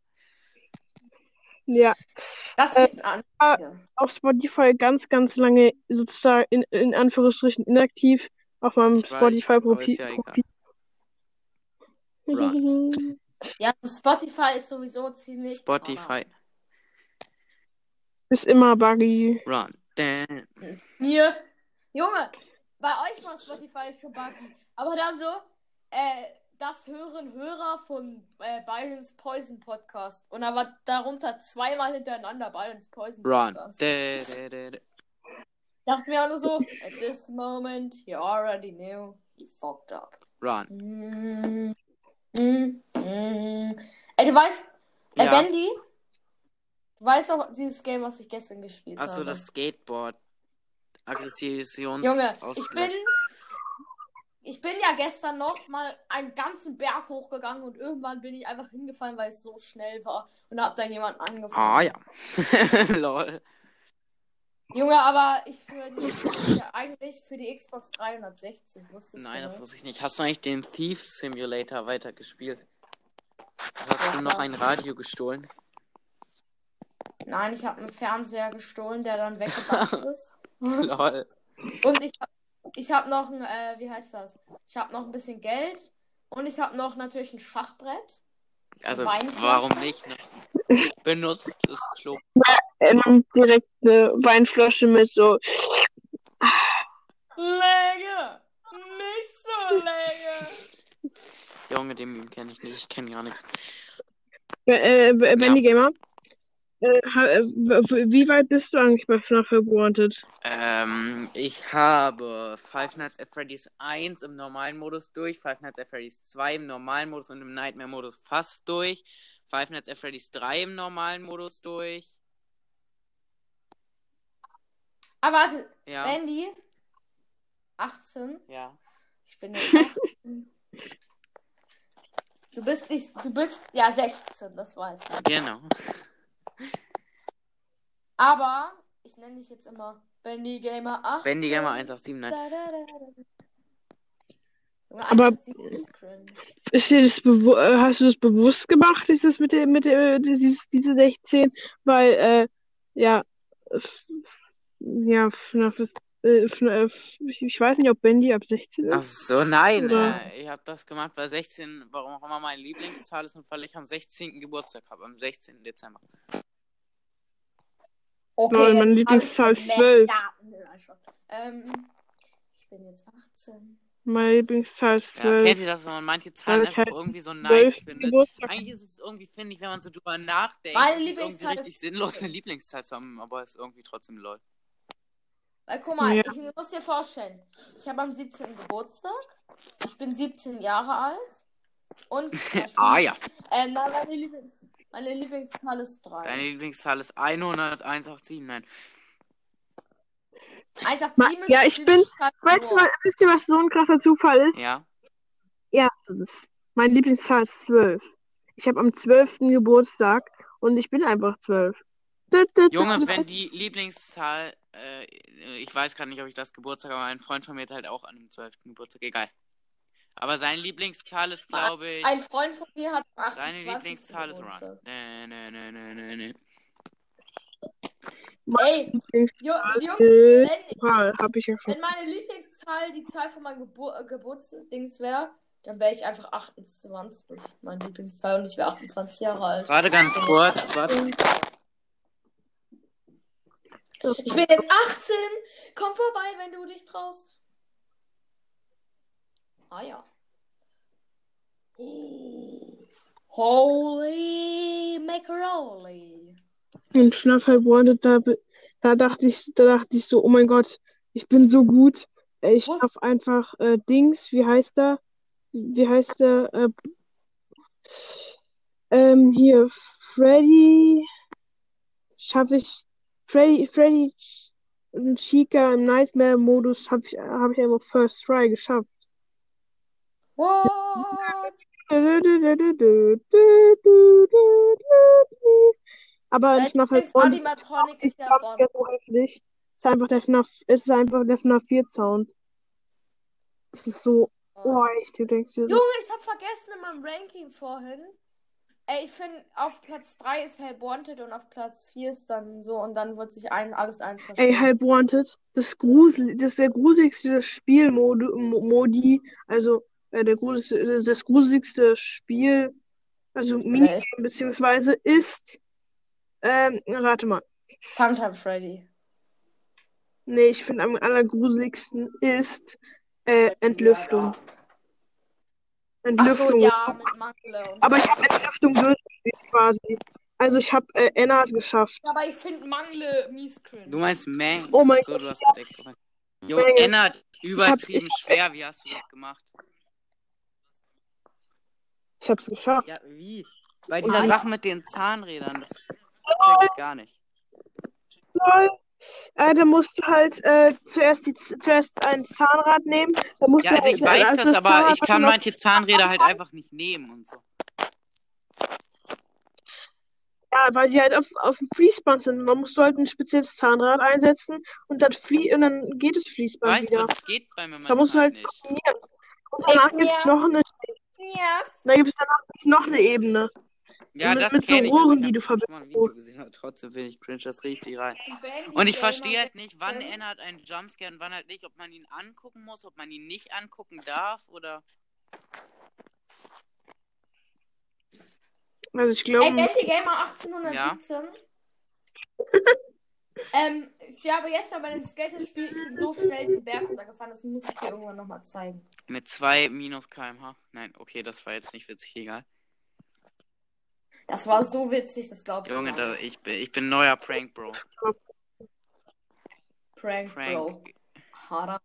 [SPEAKER 4] ja,
[SPEAKER 1] Das
[SPEAKER 4] äh,
[SPEAKER 1] ist eine Anzeige.
[SPEAKER 4] auf Spotify ganz, ganz lange sozusagen in, in Anführungsstrichen inaktiv auf meinem
[SPEAKER 5] Ich weiß, aber ist ja
[SPEAKER 4] Spotify-Profi-
[SPEAKER 5] egal.
[SPEAKER 4] Profil.
[SPEAKER 5] Run.
[SPEAKER 1] Ja, also Spotify ist sowieso ziemlich.
[SPEAKER 5] Spotify.
[SPEAKER 4] *laughs* Ist immer buggy.
[SPEAKER 5] Run. Dän.
[SPEAKER 1] Mir. Junge, bei euch war Spotify schon buggy. Aber dann so, äh, das hören Hörer von äh, Byron's Poison Podcast. Und da war darunter zweimal hintereinander Byron's Poison
[SPEAKER 5] Run.
[SPEAKER 1] Podcast.
[SPEAKER 5] Dä, dä, dä, dä.
[SPEAKER 1] Dachte mir auch nur so, at this moment, you already knew, you fucked up.
[SPEAKER 5] Run.
[SPEAKER 1] Mm, mm, mm. Ey, du weißt, äh,
[SPEAKER 5] Ja.
[SPEAKER 1] Bendy, du weißt auch dieses Game, was ich gestern gespielt
[SPEAKER 5] Achso,
[SPEAKER 1] habe.
[SPEAKER 5] das Skateboard. Aggressions.
[SPEAKER 1] Junge, ich bin.
[SPEAKER 5] Ausgleich.
[SPEAKER 1] Ich bin ja gestern noch mal einen ganzen Berg hochgegangen und irgendwann bin ich einfach hingefallen, weil es so schnell war und hab dann jemanden angefangen.
[SPEAKER 5] Ah ja. *laughs* Lol.
[SPEAKER 1] Junge, aber ich höre die ist ja eigentlich für die Xbox 360, wusstest
[SPEAKER 5] Nein,
[SPEAKER 1] du?
[SPEAKER 5] das
[SPEAKER 1] ne?
[SPEAKER 5] wusste ich nicht. Hast du eigentlich den Thief Simulator weitergespielt? Hast du
[SPEAKER 1] Ja.
[SPEAKER 5] noch ein Radio *laughs* gestohlen?
[SPEAKER 1] Nein, ich habe einen Fernseher gestohlen, der dann weggebracht
[SPEAKER 5] *laughs*
[SPEAKER 1] ist.
[SPEAKER 5] Lol.
[SPEAKER 1] Und ich, ich habe noch ein, äh, wie heißt das? Ich habe noch ein bisschen Geld und ich habe noch natürlich ein Schachbrett.
[SPEAKER 5] Also,
[SPEAKER 1] Weinflasche?
[SPEAKER 5] warum nicht? Ne? Benutzt das Klo.
[SPEAKER 4] Er nimmt Äh, direkt eine Weinflasche mit so.
[SPEAKER 1] Läge! Nicht so läge! *laughs*
[SPEAKER 5] Junge, den Meme kenne ich nicht. Ich kenne gar nichts.
[SPEAKER 4] Be- äh, Be- Bendy Gamer, äh, ha- äh, w- wie weit bist du eigentlich bei FNAF Wanted?
[SPEAKER 5] Ähm, ich habe Five Nights at Freddy's 1 im normalen Modus durch, Five Nights at Freddy's 2 im normalen Modus und im Nightmare-Modus fast durch, Five Nights at Freddy's 3 im normalen Modus durch.
[SPEAKER 1] Aber Ah, warte,
[SPEAKER 5] Ja,
[SPEAKER 1] Andy, 18.
[SPEAKER 5] ja.
[SPEAKER 1] Ich bin jetzt 18. Du bist nicht, du bist ja 16, das weiß ich.
[SPEAKER 5] Genau.
[SPEAKER 1] Aber ich nenne dich jetzt immer Bendy Gamer 8.
[SPEAKER 5] Wenn die gerne mal 187, nein.
[SPEAKER 1] Da, da, da, da. Junge,
[SPEAKER 4] Aber-
[SPEAKER 1] 187 ist cringe.
[SPEAKER 4] Ist dir das bewu- äh, hast du das bewusst gemacht, dieses mit dem, mit dem, dieses, diese 16? Weil, äh, ja, f- ja, FNAF ist, äh, FNAF, ich ich weiß nicht, ob Bendy ab 16
[SPEAKER 5] Ach
[SPEAKER 4] ist.
[SPEAKER 5] so, nein.
[SPEAKER 4] Oder-
[SPEAKER 5] Äh, ich habe das gemacht bei 16, warum auch immer mein Lieblingszahl ist und weil ich am 16. Geburtstag habe, am 16. Dezember.
[SPEAKER 1] Okay,
[SPEAKER 4] Lol, meine
[SPEAKER 1] jetzt hab ich
[SPEAKER 4] Lieblingszahl ist
[SPEAKER 1] mehr
[SPEAKER 4] 12.
[SPEAKER 1] Daten. Ja, Spaß. Ähm, ich bin jetzt 18.
[SPEAKER 4] Meine Lieblingszahl ist
[SPEAKER 5] Ja,
[SPEAKER 4] 12.
[SPEAKER 5] kennt ihr das, wenn man manche Zahlen
[SPEAKER 4] ich
[SPEAKER 5] einfach
[SPEAKER 4] halt
[SPEAKER 5] irgendwie so nice
[SPEAKER 4] 12
[SPEAKER 5] findet?
[SPEAKER 4] Geburtstag.
[SPEAKER 5] Eigentlich ist es irgendwie, finde ich, wenn man so drüber nachdenkt,
[SPEAKER 1] Meine
[SPEAKER 5] ist es irgendwie
[SPEAKER 1] Lieblingszahl
[SPEAKER 5] richtig
[SPEAKER 1] ist-
[SPEAKER 5] sinnlos, eine Lieblingszahl zu haben, aber es ist irgendwie trotzdem lol.
[SPEAKER 1] Weil, guck mal,
[SPEAKER 4] Ja.
[SPEAKER 1] ich muss dir vorstellen, ich habe am 17. Geburtstag, ich bin 17 Jahre alt und
[SPEAKER 5] *laughs* Ah ja.
[SPEAKER 1] ähm, na, meine, Lieblings meine Lieblingszahl ist 3.
[SPEAKER 5] Deine Lieblingszahl ist 10187, nein.
[SPEAKER 1] 187 ist
[SPEAKER 4] Ja, ich bin-
[SPEAKER 1] Lieblingszahl
[SPEAKER 4] Weißt du,
[SPEAKER 1] Noah.
[SPEAKER 4] was, wisst ihr, was so ein krasser Zufall ist?
[SPEAKER 5] Ja.
[SPEAKER 4] Erstens, meine Lieblingszahl ist 12. Ich habe am 12. Geburtstag und ich bin einfach 12. Da, da, da,
[SPEAKER 5] Junge,
[SPEAKER 4] da,
[SPEAKER 5] wenn die Lieblingszahl, äh, ich weiß gerade nicht, ob ich das Geburtstag, aber ein Freund von mir hat halt auch an dem 12. Geburtstag, egal. Aber seine Lieblingszahl ist, glaube ich.
[SPEAKER 1] Ein Freund von mir hat am 28.
[SPEAKER 5] Seine Lieblingszahl ist
[SPEAKER 1] Geburtstag.
[SPEAKER 5] Run. Nee, nee, nee, nee, nee, nee.
[SPEAKER 1] Ey,
[SPEAKER 4] Lieblingszahl
[SPEAKER 1] Ju- Junge,
[SPEAKER 4] ist-
[SPEAKER 1] wenn,
[SPEAKER 4] Ah, hab ich ja schon.
[SPEAKER 1] wenn meine Lieblingszahl die Zahl von meinem Gebur äh, Geburtsdings wäre, dann wäre ich einfach 28. Meine Lieblingszahl und ich wäre 28 Jahre alt.
[SPEAKER 5] Gerade ganz
[SPEAKER 4] Oh
[SPEAKER 5] kurz, warte.
[SPEAKER 1] Ich bin jetzt 18. Komm vorbei, wenn du dich traust. Ah ja. Oh. Holy Macaroli.
[SPEAKER 4] Im Schnaffer Wanted, da, be- da dachte ich, da dachte ich so, oh mein Gott, ich bin so gut. Äh, Ich
[SPEAKER 1] Wo ist-
[SPEAKER 4] schaff einfach äh, Dings, wie heißt der? Wie heißt der? Äh, ähm, hier, Freddy. Schaffe ich. Freddy, Freddy Ch- und Chica im Nightmare-Modus habe ich, hab ich einfach First Try geschafft.
[SPEAKER 1] What?
[SPEAKER 4] Aber im
[SPEAKER 1] Dein
[SPEAKER 4] Schnaffer Wanted.
[SPEAKER 1] Lieblingsanimatronic
[SPEAKER 4] Ich
[SPEAKER 1] ist der
[SPEAKER 4] glaube, es
[SPEAKER 1] Bon.
[SPEAKER 4] wäre so heftig. Es ist einfach der FNAF, es ist einfach der FNAF 4 Sound. Das ist so, oh, echt, du denkst dir so,
[SPEAKER 1] Junge, ich hab vergessen in meinem Ranking vorhin. Ey, ich finde, auf Platz 3 ist Help Wanted und auf Platz 4 ist dann so und dann wird sich ein, alles eins
[SPEAKER 4] ey,
[SPEAKER 1] verschieben.
[SPEAKER 4] Help Wanted, das grusel, das ist der gruseligste Spielmodi, Mo- Modi, also, äh, der gruseligste, das gruseligste Spiel, also Minigame, beziehungsweise ist, ähm, rate mal.
[SPEAKER 1] Funtime Freddy.
[SPEAKER 4] Nee, ich finde am allergruseligsten ist, äh, Entlüftung.
[SPEAKER 1] Achso,
[SPEAKER 4] Entlüftung.
[SPEAKER 1] ja, mit Mangel und
[SPEAKER 4] Aber
[SPEAKER 1] so.
[SPEAKER 4] ich habe Entlüftung durchgespielt quasi. Also ich habe äh, Ennard geschafft.
[SPEAKER 1] Aber ich finde Mangle mies cringe.
[SPEAKER 5] Du meinst Mang.
[SPEAKER 4] Oh mein
[SPEAKER 5] So, du hast gerade extra. Jo, Ennard, übertrieben schwer. Wie hast du das gemacht?
[SPEAKER 4] Ich habe es geschafft.
[SPEAKER 5] Ja, wie? Bei dieser Sache mit den Zahnrädern, das
[SPEAKER 4] Oh.
[SPEAKER 5] check ich gar nicht.
[SPEAKER 4] Lol. Äh, da musst du halt äh, zuerst, die, zuerst ein Zahnrad nehmen. Da musst
[SPEAKER 5] Ja,
[SPEAKER 4] du
[SPEAKER 5] also
[SPEAKER 4] halt,
[SPEAKER 5] ich weiß
[SPEAKER 4] also
[SPEAKER 5] das, aber
[SPEAKER 4] Zahnrad,
[SPEAKER 5] ich kann
[SPEAKER 4] was
[SPEAKER 5] manche Zahnräder halt einfach nicht nehmen und so.
[SPEAKER 4] du noch- Ja, weil die halt auf, auf dem Fließband sind. Und dann musst du halt ein spezielles Zahnrad einsetzen und dann, flie und dann geht das Fließband
[SPEAKER 5] Weißt du,
[SPEAKER 4] wieder.
[SPEAKER 5] das geht bei mir
[SPEAKER 4] Da musst du
[SPEAKER 5] manchmal
[SPEAKER 4] halt
[SPEAKER 5] nicht.
[SPEAKER 4] kombinieren. Und danach
[SPEAKER 1] Ey,
[SPEAKER 4] gibt's
[SPEAKER 1] ja.
[SPEAKER 4] noch eine,
[SPEAKER 1] Ja.
[SPEAKER 4] da gibt's danach gibt's noch eine Ebene.
[SPEAKER 5] Ja,
[SPEAKER 4] mit-
[SPEAKER 5] das
[SPEAKER 4] mit so
[SPEAKER 5] kenne ich. Also
[SPEAKER 4] Rohren,
[SPEAKER 5] ich
[SPEAKER 4] die
[SPEAKER 5] hab
[SPEAKER 4] du
[SPEAKER 5] schon mal ein Video
[SPEAKER 4] verwendest.
[SPEAKER 5] gesehen, aber trotzdem bin ich cringe das richtig rein.
[SPEAKER 1] Bendy
[SPEAKER 5] Und ich
[SPEAKER 1] Gamer
[SPEAKER 5] verstehe halt nicht, wann
[SPEAKER 1] 16.
[SPEAKER 5] Ennard einen Jumpscare und wann halt nicht, ob man ihn angucken muss, ob man ihn nicht angucken darf oder.
[SPEAKER 4] Also ich
[SPEAKER 1] Ey,
[SPEAKER 4] glaube,
[SPEAKER 1] Bendy Gamer 1817. ähm, ich habe gestern bei dem Skaterspiel, ich bin so schnell zu Berg runtergefahren, das muss ich dir irgendwann nochmal zeigen.
[SPEAKER 5] Mit 2 minus kmh. Nein, okay, das war jetzt nicht witzig, egal.
[SPEAKER 1] Das war so witzig, das glaubst du
[SPEAKER 5] Junge,
[SPEAKER 1] gar
[SPEAKER 5] da,
[SPEAKER 1] nicht.
[SPEAKER 5] ich, bin, ich bin neuer Prank, Bro.
[SPEAKER 1] Prank,
[SPEAKER 5] Prank.
[SPEAKER 1] Bro. Harder.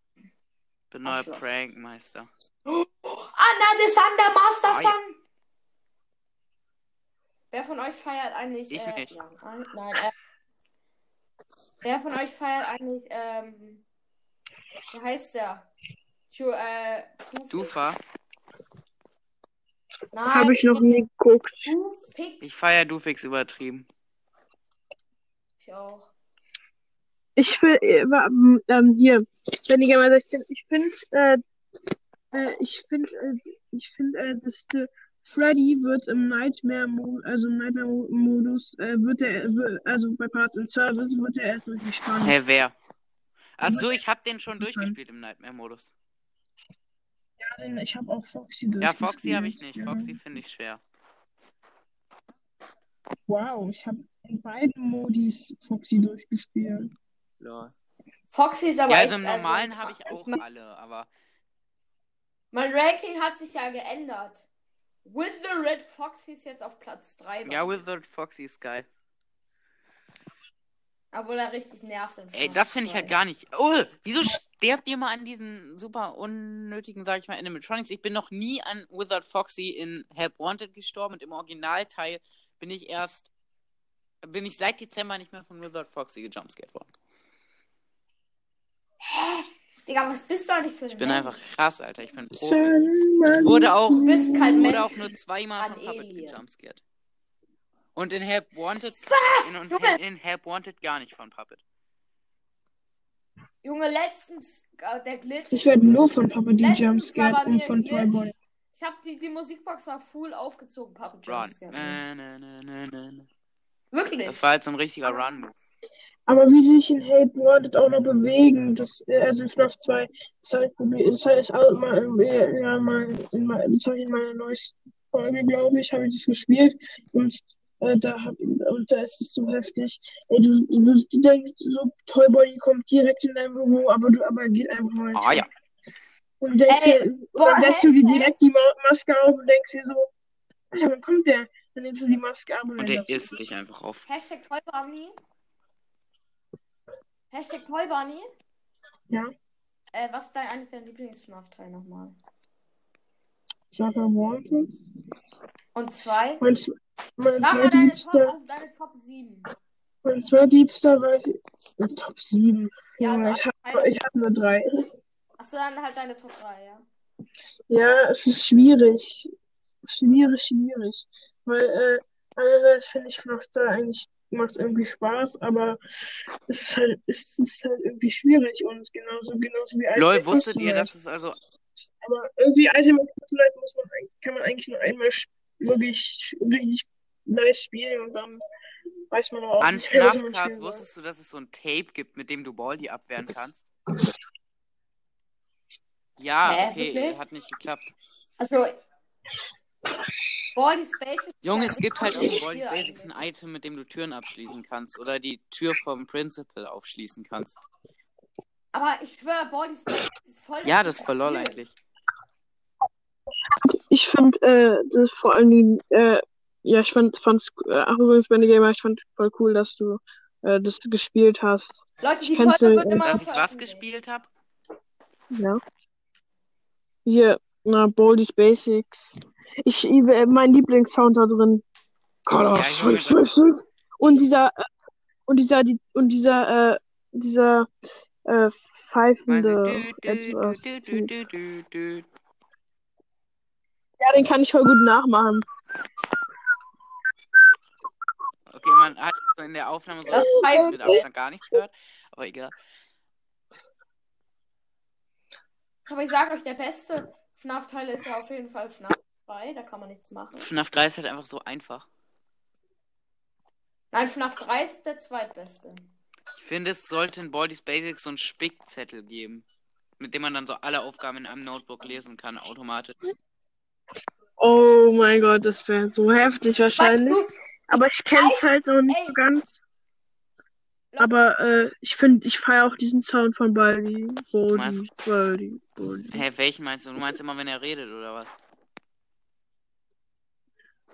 [SPEAKER 5] Bin neuer
[SPEAKER 1] Arschloch.
[SPEAKER 5] Prankmeister.
[SPEAKER 1] Anna de Sander Master
[SPEAKER 5] Ah, ja.
[SPEAKER 1] Sun! Wer von euch feiert eigentlich.
[SPEAKER 5] Ich
[SPEAKER 1] äh,
[SPEAKER 5] nicht.
[SPEAKER 1] Nein, nein, nein, äh, wer von euch feiert eigentlich. Ähm, wie heißt der? Ju, äh, Dufix.
[SPEAKER 5] Dufa?
[SPEAKER 1] Nein,
[SPEAKER 4] Habe ich noch nie geguckt.
[SPEAKER 1] Dufix.
[SPEAKER 5] Ich feier Dufix übertrieben.
[SPEAKER 1] Ich auch.
[SPEAKER 4] Ich will, äh, wa- m, ähm, hier, wenn ich einmal 16, ich finde, äh, äh, ich finde, äh, ich finde, äh, das, äh, Freddy wird im Nightmare-Modus, also im Nightmare-Modus, äh, wird er, wir- also bei Parts and Service wird er erst richtig spannend.
[SPEAKER 5] Hä,
[SPEAKER 1] Hm.
[SPEAKER 5] wer? Ach so, ich hab den schon durchgespielt im Nightmare-Modus.
[SPEAKER 4] Denn Ich habe auch Foxy
[SPEAKER 1] Hm.
[SPEAKER 5] Ja, Foxy habe ich
[SPEAKER 4] durchgespielt.
[SPEAKER 5] nicht. Foxy finde ich schwer.
[SPEAKER 4] Wow, ich habe in beiden Modis Foxy durchgespielt.
[SPEAKER 5] Ja,
[SPEAKER 1] Foxy ist aber
[SPEAKER 5] ja
[SPEAKER 1] echt,
[SPEAKER 5] also im normalen habe ich
[SPEAKER 1] krass.
[SPEAKER 5] auch
[SPEAKER 1] Mein,
[SPEAKER 5] alle, aber
[SPEAKER 1] mein Ranking hat sich ja geändert. With the Red Foxy ist jetzt auf Platz 3.
[SPEAKER 5] ja, Wizard Foxy ist geil.
[SPEAKER 1] Obwohl er richtig nervt. in
[SPEAKER 5] Ey,
[SPEAKER 1] Form
[SPEAKER 5] das finde ich
[SPEAKER 1] zwei.
[SPEAKER 5] halt gar nicht. Oh, wieso sterbt ihr mal an diesen super unnötigen, sag ich mal, Animatronics? Ich bin noch nie an Wizard Foxy in Help Wanted gestorben und im Originalteil bin ich erst, bin ich seit Dezember nicht mehr von Wizard Foxy gejumpscared worden.
[SPEAKER 1] Digga, was bist du eigentlich für ein
[SPEAKER 5] Ich bin
[SPEAKER 1] Mensch?
[SPEAKER 5] einfach krass, Alter. Ich bin Profi.
[SPEAKER 4] Ich
[SPEAKER 5] wurde auch-
[SPEAKER 1] Du bist kein
[SPEAKER 5] Ich
[SPEAKER 1] Mensch.
[SPEAKER 5] wurde auch nur zweimal
[SPEAKER 1] An
[SPEAKER 5] von Puppet
[SPEAKER 1] Alien.
[SPEAKER 5] gejumpscared. Und in Help Wanted, in, und
[SPEAKER 1] Junge!
[SPEAKER 5] in Help Wanted gar nicht von Puppet.
[SPEAKER 1] Junge, letztens, äh, der Glitch.
[SPEAKER 4] Ich werde nur von Papa D.
[SPEAKER 1] Letztens war
[SPEAKER 4] Jumpscared
[SPEAKER 1] bei
[SPEAKER 4] und
[SPEAKER 1] mir
[SPEAKER 4] von
[SPEAKER 1] Glitch.
[SPEAKER 4] Toyboy.
[SPEAKER 1] Ich hab die, die Musikbox war full aufgezogen, Papa
[SPEAKER 5] Run.
[SPEAKER 1] Jones.
[SPEAKER 5] Nö, nö, nö, nö, nö, nö.
[SPEAKER 1] Wirklich.
[SPEAKER 5] Das war halt so ein richtiger Run-Move.
[SPEAKER 4] Aber wie sie sich in Hate Wanted auch noch bewegen, das, äh, also in FNAF 2, das habe ich probiert, das habe ich auch mal, im- äh, ja, mal, in, mein- das habe ich in meiner neuesten Folge, glaube ich, habe ich das gespielt und äh, da hab, und da ist es so heftig. Ey, du, du, du denkst, so Toyboy kommt direkt in dein Büro, aber du, aber er geht einfach mal
[SPEAKER 5] Ah ja.
[SPEAKER 4] Und denkst
[SPEAKER 1] Ey,
[SPEAKER 4] dir,
[SPEAKER 1] boah,
[SPEAKER 4] dann setzt du dir
[SPEAKER 1] Hälfte,
[SPEAKER 4] direkt die Ma Maske auf und denkst dir so, Alter, wann kommt der? Dann nimmst du die Maske ab und
[SPEAKER 5] Und
[SPEAKER 4] dann
[SPEAKER 5] der isst dich einfach auf.
[SPEAKER 1] Hashtag Toy Bunny. Hashtag Toy Bunny.
[SPEAKER 4] Ja.
[SPEAKER 1] Äh, was ist dein, eigentlich dein Lieblings-FNAF-Teil nochmal?
[SPEAKER 4] Sag mal, Wanted.
[SPEAKER 1] Und zwei?
[SPEAKER 4] Mein, Z- mein
[SPEAKER 1] Sag mal deine Top,
[SPEAKER 4] zweitliebster,
[SPEAKER 1] also deine Top 7.
[SPEAKER 4] mein zweitliebster weiß ich, Top 7.
[SPEAKER 1] Ja,
[SPEAKER 4] Junge,
[SPEAKER 1] also
[SPEAKER 4] ich
[SPEAKER 1] eine-
[SPEAKER 4] habe ich hab nur drei.
[SPEAKER 1] Achso, dann halt deine Top 3, ja.
[SPEAKER 4] Ja, es ist schwierig. Schwierig, schwierig. Weil, äh, einerseits finde ich macht da eigentlich, macht irgendwie Spaß, aber es ist halt, es ist halt irgendwie schwierig und genauso, genauso wie
[SPEAKER 5] Lol,
[SPEAKER 4] Ultimate
[SPEAKER 5] wusstet ihr,
[SPEAKER 4] Custom
[SPEAKER 5] dass es also
[SPEAKER 4] Aber irgendwie Ultimate Custom Night muss man, eigentlich- kann man eigentlich nur einmal sch- wirklich richtig nice spielen und dann weiß man aber auch
[SPEAKER 5] an
[SPEAKER 4] nicht mehr, was man
[SPEAKER 5] FNAF-Cast
[SPEAKER 4] spielen soll.
[SPEAKER 5] wusstest du, dass es so ein Tape gibt, mit dem du Baldi abwehren kannst? Ja,
[SPEAKER 1] Hä,
[SPEAKER 5] okay,
[SPEAKER 1] wirklich?
[SPEAKER 5] hat nicht geklappt.
[SPEAKER 1] Also. Baldi Space ist
[SPEAKER 5] Junge,
[SPEAKER 1] ja
[SPEAKER 5] es gibt halt auch in
[SPEAKER 1] richtig
[SPEAKER 5] Baldi's
[SPEAKER 1] viel
[SPEAKER 5] Basics ein
[SPEAKER 1] eigentlich.
[SPEAKER 5] Item, mit dem du Türen abschließen kannst oder die Tür vom Principal aufschließen kannst.
[SPEAKER 1] Aber ich schwöre, Baldi Space ist voll.
[SPEAKER 5] Ja, das ist voll lol
[SPEAKER 1] Spiel.
[SPEAKER 5] eigentlich.
[SPEAKER 4] Ich finde, äh, das vor allen Dingen, äh, ja, ich fand, fand's, äh, ach übrigens, Benny Gamer, ich fand voll cool, dass du, äh, das gespielt hast.
[SPEAKER 1] Leute, die
[SPEAKER 4] Kennst
[SPEAKER 1] Folge
[SPEAKER 4] du-
[SPEAKER 1] wird immer
[SPEAKER 5] Dass
[SPEAKER 1] noch
[SPEAKER 5] ich was
[SPEAKER 1] veröffentlicht.
[SPEAKER 5] gespielt habe?
[SPEAKER 4] Ja. Hier, na, Boldy's Basics. Ich, ich äh, mein Lieblingssound da drin.
[SPEAKER 5] Ja,
[SPEAKER 4] Colors,
[SPEAKER 5] ich
[SPEAKER 4] Swing,
[SPEAKER 5] hoffe,
[SPEAKER 4] Swing, Swing. Und dieser, äh, und dieser, die, und dieser, äh, dieser, äh,
[SPEAKER 5] Also,
[SPEAKER 4] pfeifende
[SPEAKER 5] dü, dü,
[SPEAKER 4] etwas.
[SPEAKER 5] dü, dü, dü, dü, dü.
[SPEAKER 4] Ja, den kann ich voll gut nachmachen.
[SPEAKER 5] Okay, man hat in der Aufnahme so
[SPEAKER 1] Das heißt,
[SPEAKER 5] mit Abstand gar nichts gehört, aber egal.
[SPEAKER 1] aber ich sag euch, der beste FNAF-Teil ist ja auf jeden Fall FNAF 2, da kann man nichts machen.
[SPEAKER 5] FNAF 3 ist halt einfach so einfach.
[SPEAKER 1] Nein, FNAF 3 ist der zweitbeste.
[SPEAKER 5] Ich finde, es sollte in Baldi's Basics so einen Spickzettel geben, mit dem man dann so alle Aufgaben in einem Notebook lesen kann, automatisch.
[SPEAKER 4] Oh mein Gott, das wäre so heftig wahrscheinlich.
[SPEAKER 1] Weißt du,
[SPEAKER 4] Aber ich kenne es halt noch nicht
[SPEAKER 1] ey.
[SPEAKER 4] so ganz. Aber äh, ich finde, ich feiere auch diesen Sound von Baldi. Baldi, Baldi, Baldi.
[SPEAKER 5] Hä, welchen meinst du? Du meinst immer, wenn er redet, oder was?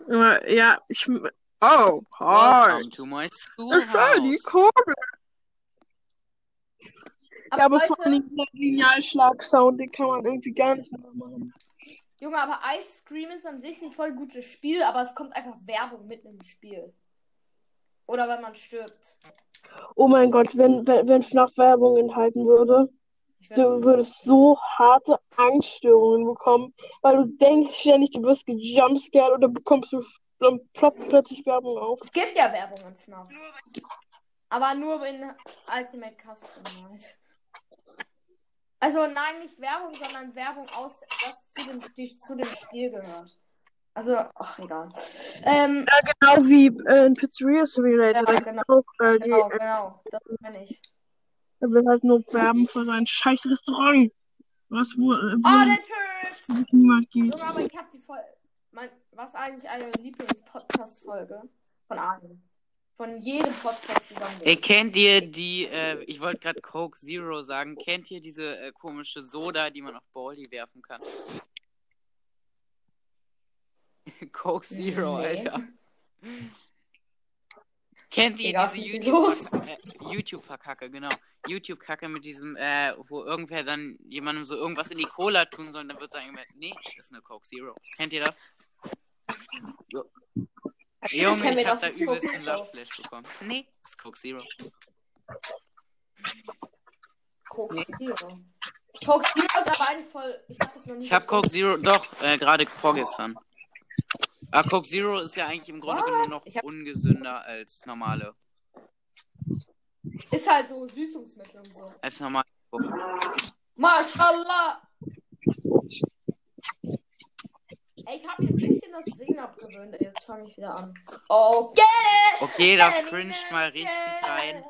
[SPEAKER 4] Aber, ja, ich, Oh, hi.
[SPEAKER 5] Welcome to my
[SPEAKER 4] Das ist ja die
[SPEAKER 5] schoolhouse.
[SPEAKER 4] Kurbel.
[SPEAKER 1] Aber,
[SPEAKER 4] Ja, aber
[SPEAKER 1] Leute,
[SPEAKER 4] vor allem der Linealschlag-Sound, den kann man irgendwie gar nicht mehr machen.
[SPEAKER 1] Junge, aber Ice Cream ist an sich ein voll gutes Spiel, aber es kommt einfach Werbung mitten im Spiel. Oder wenn man stirbt.
[SPEAKER 4] Oh mein Gott, wenn, wenn, wenn FNAF Werbung enthalten würde,
[SPEAKER 1] Ich werd-
[SPEAKER 4] du würdest so harte Angststörungen bekommen, weil du denkst ständig, du wirst gejumpscared oder bekommst du dann ploppt plötzlich Werbung auf.
[SPEAKER 1] Es gibt ja Werbung in FNAF. Aber nur in Ultimate Custom halt. Also nein, nicht Werbung, sondern Werbung aus, das zu dem, die zu dem Spiel gehört. Also, ach egal. Ähm,
[SPEAKER 4] Genau wie äh, in Pizzeria Simulator.
[SPEAKER 1] Ja,
[SPEAKER 4] da gibt's auch, äh, die,
[SPEAKER 1] genau,
[SPEAKER 4] äh,
[SPEAKER 1] genau. Das meine ich.
[SPEAKER 4] er will halt nur werben für sein scheiß Restaurant. Was, wo, äh,
[SPEAKER 1] Oh,
[SPEAKER 4] wo
[SPEAKER 1] der Turks!
[SPEAKER 4] niemand geht.
[SPEAKER 1] Junge, aber ich hab die Folge. Mein, was eigentlich eine Lieblings-Podcast-Folge von allen? Von jedem Podcast zusammen.
[SPEAKER 5] Ey, kennt ihr die, äh, ich wollte gerade Coke Zero sagen, kennt ihr diese äh, komische Soda, die man auf Baldi werfen kann? *laughs* Coke Zero,
[SPEAKER 1] Nee.
[SPEAKER 5] Alter. Kennt ihr
[SPEAKER 1] Digga, was
[SPEAKER 5] diese
[SPEAKER 1] ist mit dir los?
[SPEAKER 5] YouTube-Verkacke, äh, YouTube-Verkacke, genau. YouTube-Kacke mit diesem, äh, wo irgendwer dann jemandem so irgendwas in die Cola tun soll und dann wird sagen, nee, das ist eine Coke Zero. Kennt ihr das? Jo. Junge,
[SPEAKER 1] kenn
[SPEAKER 5] ich,
[SPEAKER 1] mir
[SPEAKER 5] hab
[SPEAKER 1] das,
[SPEAKER 5] da
[SPEAKER 1] das ist nur
[SPEAKER 5] übelst einen
[SPEAKER 1] Coke.
[SPEAKER 5] Lachflash bekommen. Nee, das ist Coke Zero.
[SPEAKER 1] Coke Zero. Coke Zero ist aber eine voll. Ich hab das noch nie.
[SPEAKER 5] Ich habe
[SPEAKER 1] getrunken.
[SPEAKER 5] Coke Zero, doch, äh, gerade vorgestern. Aber Coke Zero ist ja eigentlich im Grunde
[SPEAKER 1] What?
[SPEAKER 5] genommen noch
[SPEAKER 1] Ich hab-
[SPEAKER 5] ungesünder als normale.
[SPEAKER 1] Ist halt so Süßungsmittel und so.
[SPEAKER 5] Als normale Coke.
[SPEAKER 1] Mashallah! Ey, ich hab mir ein bisschen das Singen abgewöhnt. Ey, Jetzt fange ich wieder an. Oh, get it!
[SPEAKER 5] Okay, das cringet mal richtig rein.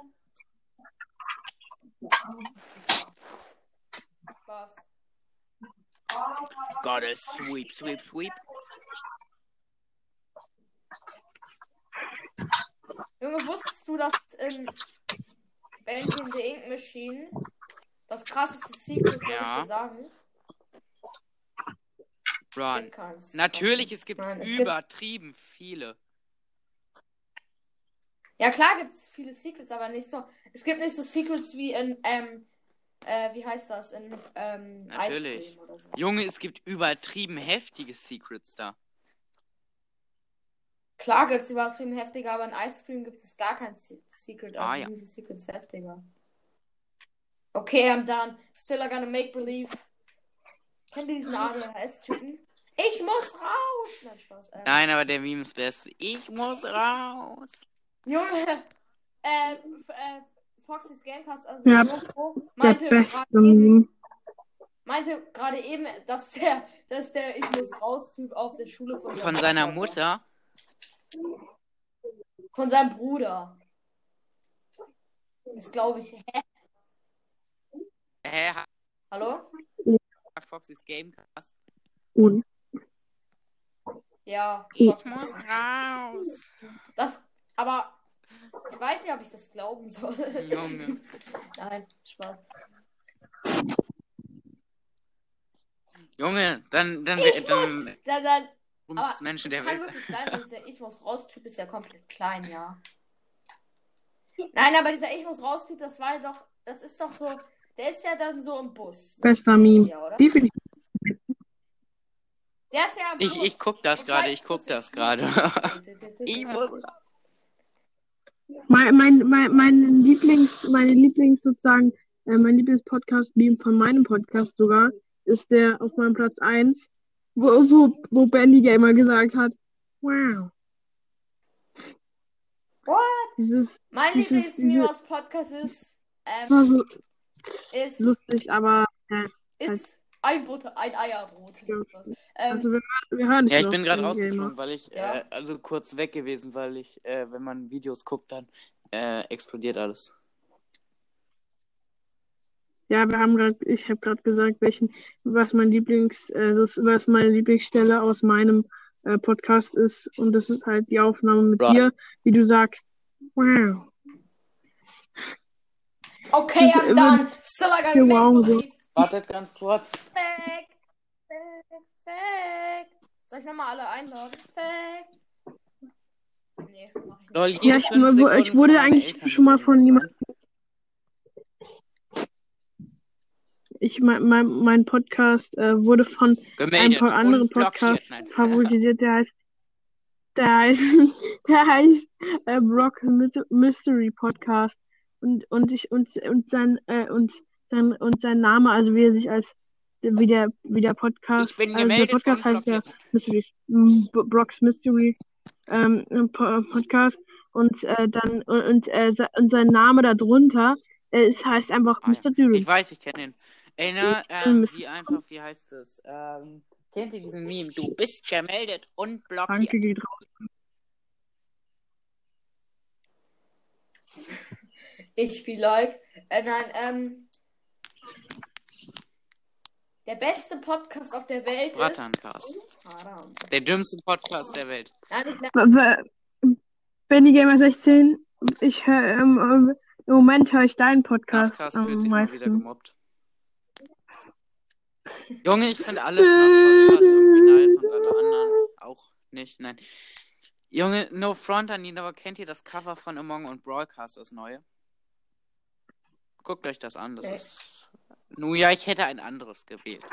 [SPEAKER 1] Was?
[SPEAKER 5] Gotta sweep, sweep, sweep.
[SPEAKER 1] Junge, wusstest du, dass in Banking the Ink Machine das krasseste Secret, wollte
[SPEAKER 5] Ja.
[SPEAKER 1] ich dir sagen? Es
[SPEAKER 5] Run.
[SPEAKER 1] gibt keins.
[SPEAKER 5] Natürlich, es gibt
[SPEAKER 1] Nein, es gibt-
[SPEAKER 5] übertrieben viele.
[SPEAKER 1] Ja, klar gibt es viele Secrets, aber nicht so. Es gibt nicht so Secrets wie in, ähm, äh, wie heißt das? In, ähm,
[SPEAKER 5] Natürlich.
[SPEAKER 1] Ice Cream oder so.
[SPEAKER 5] Junge, es gibt übertrieben heftige Secrets da.
[SPEAKER 1] Klar gibt es übertrieben heftiger, aber in Ice Cream gibt es gar kein Se Secret. Also
[SPEAKER 5] Ah, ja.
[SPEAKER 1] sind die Secrets heftiger. Okay, I'm done. Still I gonna make believe. Kennt ihr diesen ADHS-Typen? Ich muss raus! Nein, Spaß. Ähm,
[SPEAKER 5] Nein, aber der Meme ist best. Ich muss raus.
[SPEAKER 1] Junge, äh, f- äh, Foxys Gamecast, also
[SPEAKER 4] Ja,
[SPEAKER 1] Joko,
[SPEAKER 4] Der
[SPEAKER 1] meinte gerade
[SPEAKER 4] beste
[SPEAKER 1] eben,
[SPEAKER 4] Meme.
[SPEAKER 1] meinte gerade eben, dass der, dass der Ich muss raus-Typ auf der Schule von,
[SPEAKER 5] Von
[SPEAKER 1] seinem
[SPEAKER 5] seiner
[SPEAKER 1] Bruder war.
[SPEAKER 5] Mutter.
[SPEAKER 1] Von seinem Bruder. Das glaube ich. Hä?
[SPEAKER 5] Hä, hat
[SPEAKER 1] Hallo?
[SPEAKER 5] Foxys Gamecast.
[SPEAKER 4] Und
[SPEAKER 1] Ja,
[SPEAKER 5] Ich
[SPEAKER 1] Foxys
[SPEAKER 5] muss
[SPEAKER 1] Gamecast.
[SPEAKER 5] raus.
[SPEAKER 1] Das, aber ich weiß nicht, ob ich das glauben soll.
[SPEAKER 5] Junge.
[SPEAKER 1] *laughs* Nein, Spaß.
[SPEAKER 5] Junge, dann, Äh, dann,
[SPEAKER 1] Ich
[SPEAKER 5] dann,
[SPEAKER 1] Dann, dann,
[SPEAKER 5] dann Menschen
[SPEAKER 1] es
[SPEAKER 5] der
[SPEAKER 1] kann
[SPEAKER 5] Welt.
[SPEAKER 1] wirklich sein, dass der Ich muss raus-Typ ist ja komplett klein, ja. Nein, aber dieser Ich muss raus-Typ, das war ja doch, das ist doch so, der ist ja dann so im Bus.
[SPEAKER 4] bester Meme.
[SPEAKER 1] Ja, oder?
[SPEAKER 4] Definitiv.
[SPEAKER 1] Der ist ja im
[SPEAKER 5] Ich,
[SPEAKER 1] Bus.
[SPEAKER 5] ich guck das
[SPEAKER 1] Und
[SPEAKER 5] gerade,
[SPEAKER 1] vielleicht
[SPEAKER 5] ich guck
[SPEAKER 1] ist das
[SPEAKER 5] das gerade. *laughs*
[SPEAKER 1] *laughs* jetzt-
[SPEAKER 5] Ich muss
[SPEAKER 4] Mein, mein, mein, mein Lieblings, meine Lieblings sozusagen, äh, mein Lieblingspodcast-Meme von meinem Podcast sogar, ist der auf meinem Platz 1, wo, wo, wo Bendy Gamer gesagt hat, wow.
[SPEAKER 1] What?
[SPEAKER 4] Dieses
[SPEAKER 1] Mein
[SPEAKER 4] Dieses-
[SPEAKER 1] Lieblingsvideo aus Podcast ist, ähm,
[SPEAKER 4] war so
[SPEAKER 1] ist,
[SPEAKER 4] lustig, aber
[SPEAKER 1] ist ein Butter, ein Eierbrot. Ähm,
[SPEAKER 4] also wir, wir hören nicht
[SPEAKER 5] Ja, ich
[SPEAKER 4] noch
[SPEAKER 5] bin
[SPEAKER 4] Bendy
[SPEAKER 5] gerade
[SPEAKER 4] Gamer.
[SPEAKER 5] rausgeflogen, weil ich,
[SPEAKER 1] Ja.
[SPEAKER 5] äh, also kurz weg gewesen, weil ich, äh, wenn man Videos guckt, dann äh, explodiert alles.
[SPEAKER 4] Ja, wir haben gerade, ich habe gerade gesagt, welchen, was mein Lieblings, äh, das- was meine Lieblingsstelle aus meinem äh, Podcast ist. Und das ist halt die Aufnahme mit
[SPEAKER 5] Right.
[SPEAKER 4] dir, wie du sagst, wow.
[SPEAKER 1] okay,
[SPEAKER 4] Das-
[SPEAKER 1] I'm done. Still I gotta
[SPEAKER 4] Wow,
[SPEAKER 1] make
[SPEAKER 4] so.
[SPEAKER 1] believe.
[SPEAKER 5] Wartet ganz kurz.
[SPEAKER 1] Fact. Fact. Fact. Soll ich nochmal alle einladen? Fact. Nee. Nee, mach ich nicht.
[SPEAKER 5] Lol,
[SPEAKER 4] Ja,
[SPEAKER 5] jede
[SPEAKER 4] ich
[SPEAKER 5] fünf
[SPEAKER 4] wurde-
[SPEAKER 5] Sekunden
[SPEAKER 4] ich wurde
[SPEAKER 5] meine
[SPEAKER 4] eigentlich
[SPEAKER 5] Eltern
[SPEAKER 4] schon mal
[SPEAKER 5] rufen
[SPEAKER 4] von
[SPEAKER 5] mich
[SPEAKER 4] jemand-
[SPEAKER 5] an.
[SPEAKER 4] Ich mein, mein, mein Podcast äh, wurde von ein
[SPEAKER 5] gemeldet
[SPEAKER 4] paar anderen
[SPEAKER 5] und blockiert.
[SPEAKER 4] Podcasts
[SPEAKER 5] Nein. *laughs*
[SPEAKER 4] favorisiert, der heißt der heißt, *laughs* der heißt äh, Brock Myth- Mystery Podcast und und ich und und sein äh, und sein und sein Name, also wie er sich als wie der wie der Podcast
[SPEAKER 5] Ich bin
[SPEAKER 4] also der
[SPEAKER 5] gemeldet
[SPEAKER 4] Podcast
[SPEAKER 5] und
[SPEAKER 4] heißt ja
[SPEAKER 5] blockiert.
[SPEAKER 4] Mysteries, M- B- Brock's Mystery ähm, Po- Podcast und äh, dann und, und, äh, se- und sein Name darunter äh, es heißt einfach
[SPEAKER 5] Ah, ja.
[SPEAKER 4] Mr. Dürüm.
[SPEAKER 5] Ich weiß, ich kenne ihn. Erinnere, ähm,
[SPEAKER 4] Mist.
[SPEAKER 5] wie einfach, wie heißt es? Ähm, kennt ihr diesen Meme? Du bist gemeldet und blockiert.
[SPEAKER 4] Danke geht raus.
[SPEAKER 1] Ich spiele like. Äh, nein, ähm. Der beste Podcast auf der Welt
[SPEAKER 5] Bratancast.
[SPEAKER 1] ist. Haram.
[SPEAKER 5] Der dümmste Podcast der Welt.
[SPEAKER 1] Nein, ich, nein,
[SPEAKER 4] Benny Gamer 16, ich höre ähm, ähm, im Moment höre ich deinen Podcast
[SPEAKER 5] Nachcast
[SPEAKER 4] am
[SPEAKER 5] fühlt sich mal wieder
[SPEAKER 4] meisten.
[SPEAKER 5] gemobbt. Junge, ich finde alle Schlaf-Podcasts irgendwie nice und alle anderen auch nicht. Nein. Junge, no front an ihn, aber kennt ihr das Cover von Among und Broadcast, das neue? Guckt euch das an, das
[SPEAKER 1] Nee.
[SPEAKER 5] ist. Nun ja, ich hätte ein anderes gewählt.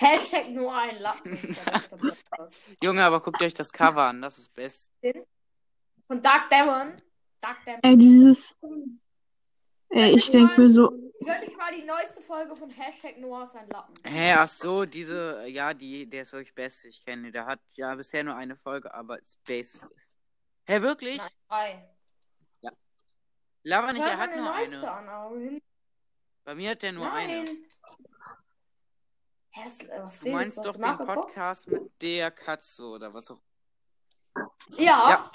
[SPEAKER 1] Hashtag nur ein Lappen ist der beste Podcast.
[SPEAKER 5] Junge, aber guckt euch das Cover an, das ist best.
[SPEAKER 1] Von Dark Demon. Dark Demon.
[SPEAKER 4] Ey, dieses. Ey, ich
[SPEAKER 1] Benny,
[SPEAKER 4] denke mir so,
[SPEAKER 1] Gönn dich mal die neueste Folge von Hashtag Noah ist ein Lappen.
[SPEAKER 5] Hä, ach so, diese, äh, ja, die, der ist wirklich best, ich kenne, ihn. der hat ja bisher nur eine Folge, aber ist best. Hä, wirklich?
[SPEAKER 1] Nein, drei.
[SPEAKER 5] Laber nicht,
[SPEAKER 1] Hör
[SPEAKER 5] er
[SPEAKER 1] mal
[SPEAKER 5] hat
[SPEAKER 1] eine
[SPEAKER 5] nur
[SPEAKER 1] neueste
[SPEAKER 5] eine.
[SPEAKER 1] an, Augen.
[SPEAKER 5] Bei mir hat der nur eine.
[SPEAKER 1] Nein. Hä, was- äh, was
[SPEAKER 5] Du
[SPEAKER 1] redest
[SPEAKER 5] meinst
[SPEAKER 1] du?
[SPEAKER 5] doch
[SPEAKER 1] Hast du
[SPEAKER 5] den
[SPEAKER 1] nachgeguckt?
[SPEAKER 5] Podcast mit der Katze oder was auch
[SPEAKER 1] Ja.
[SPEAKER 5] Ja.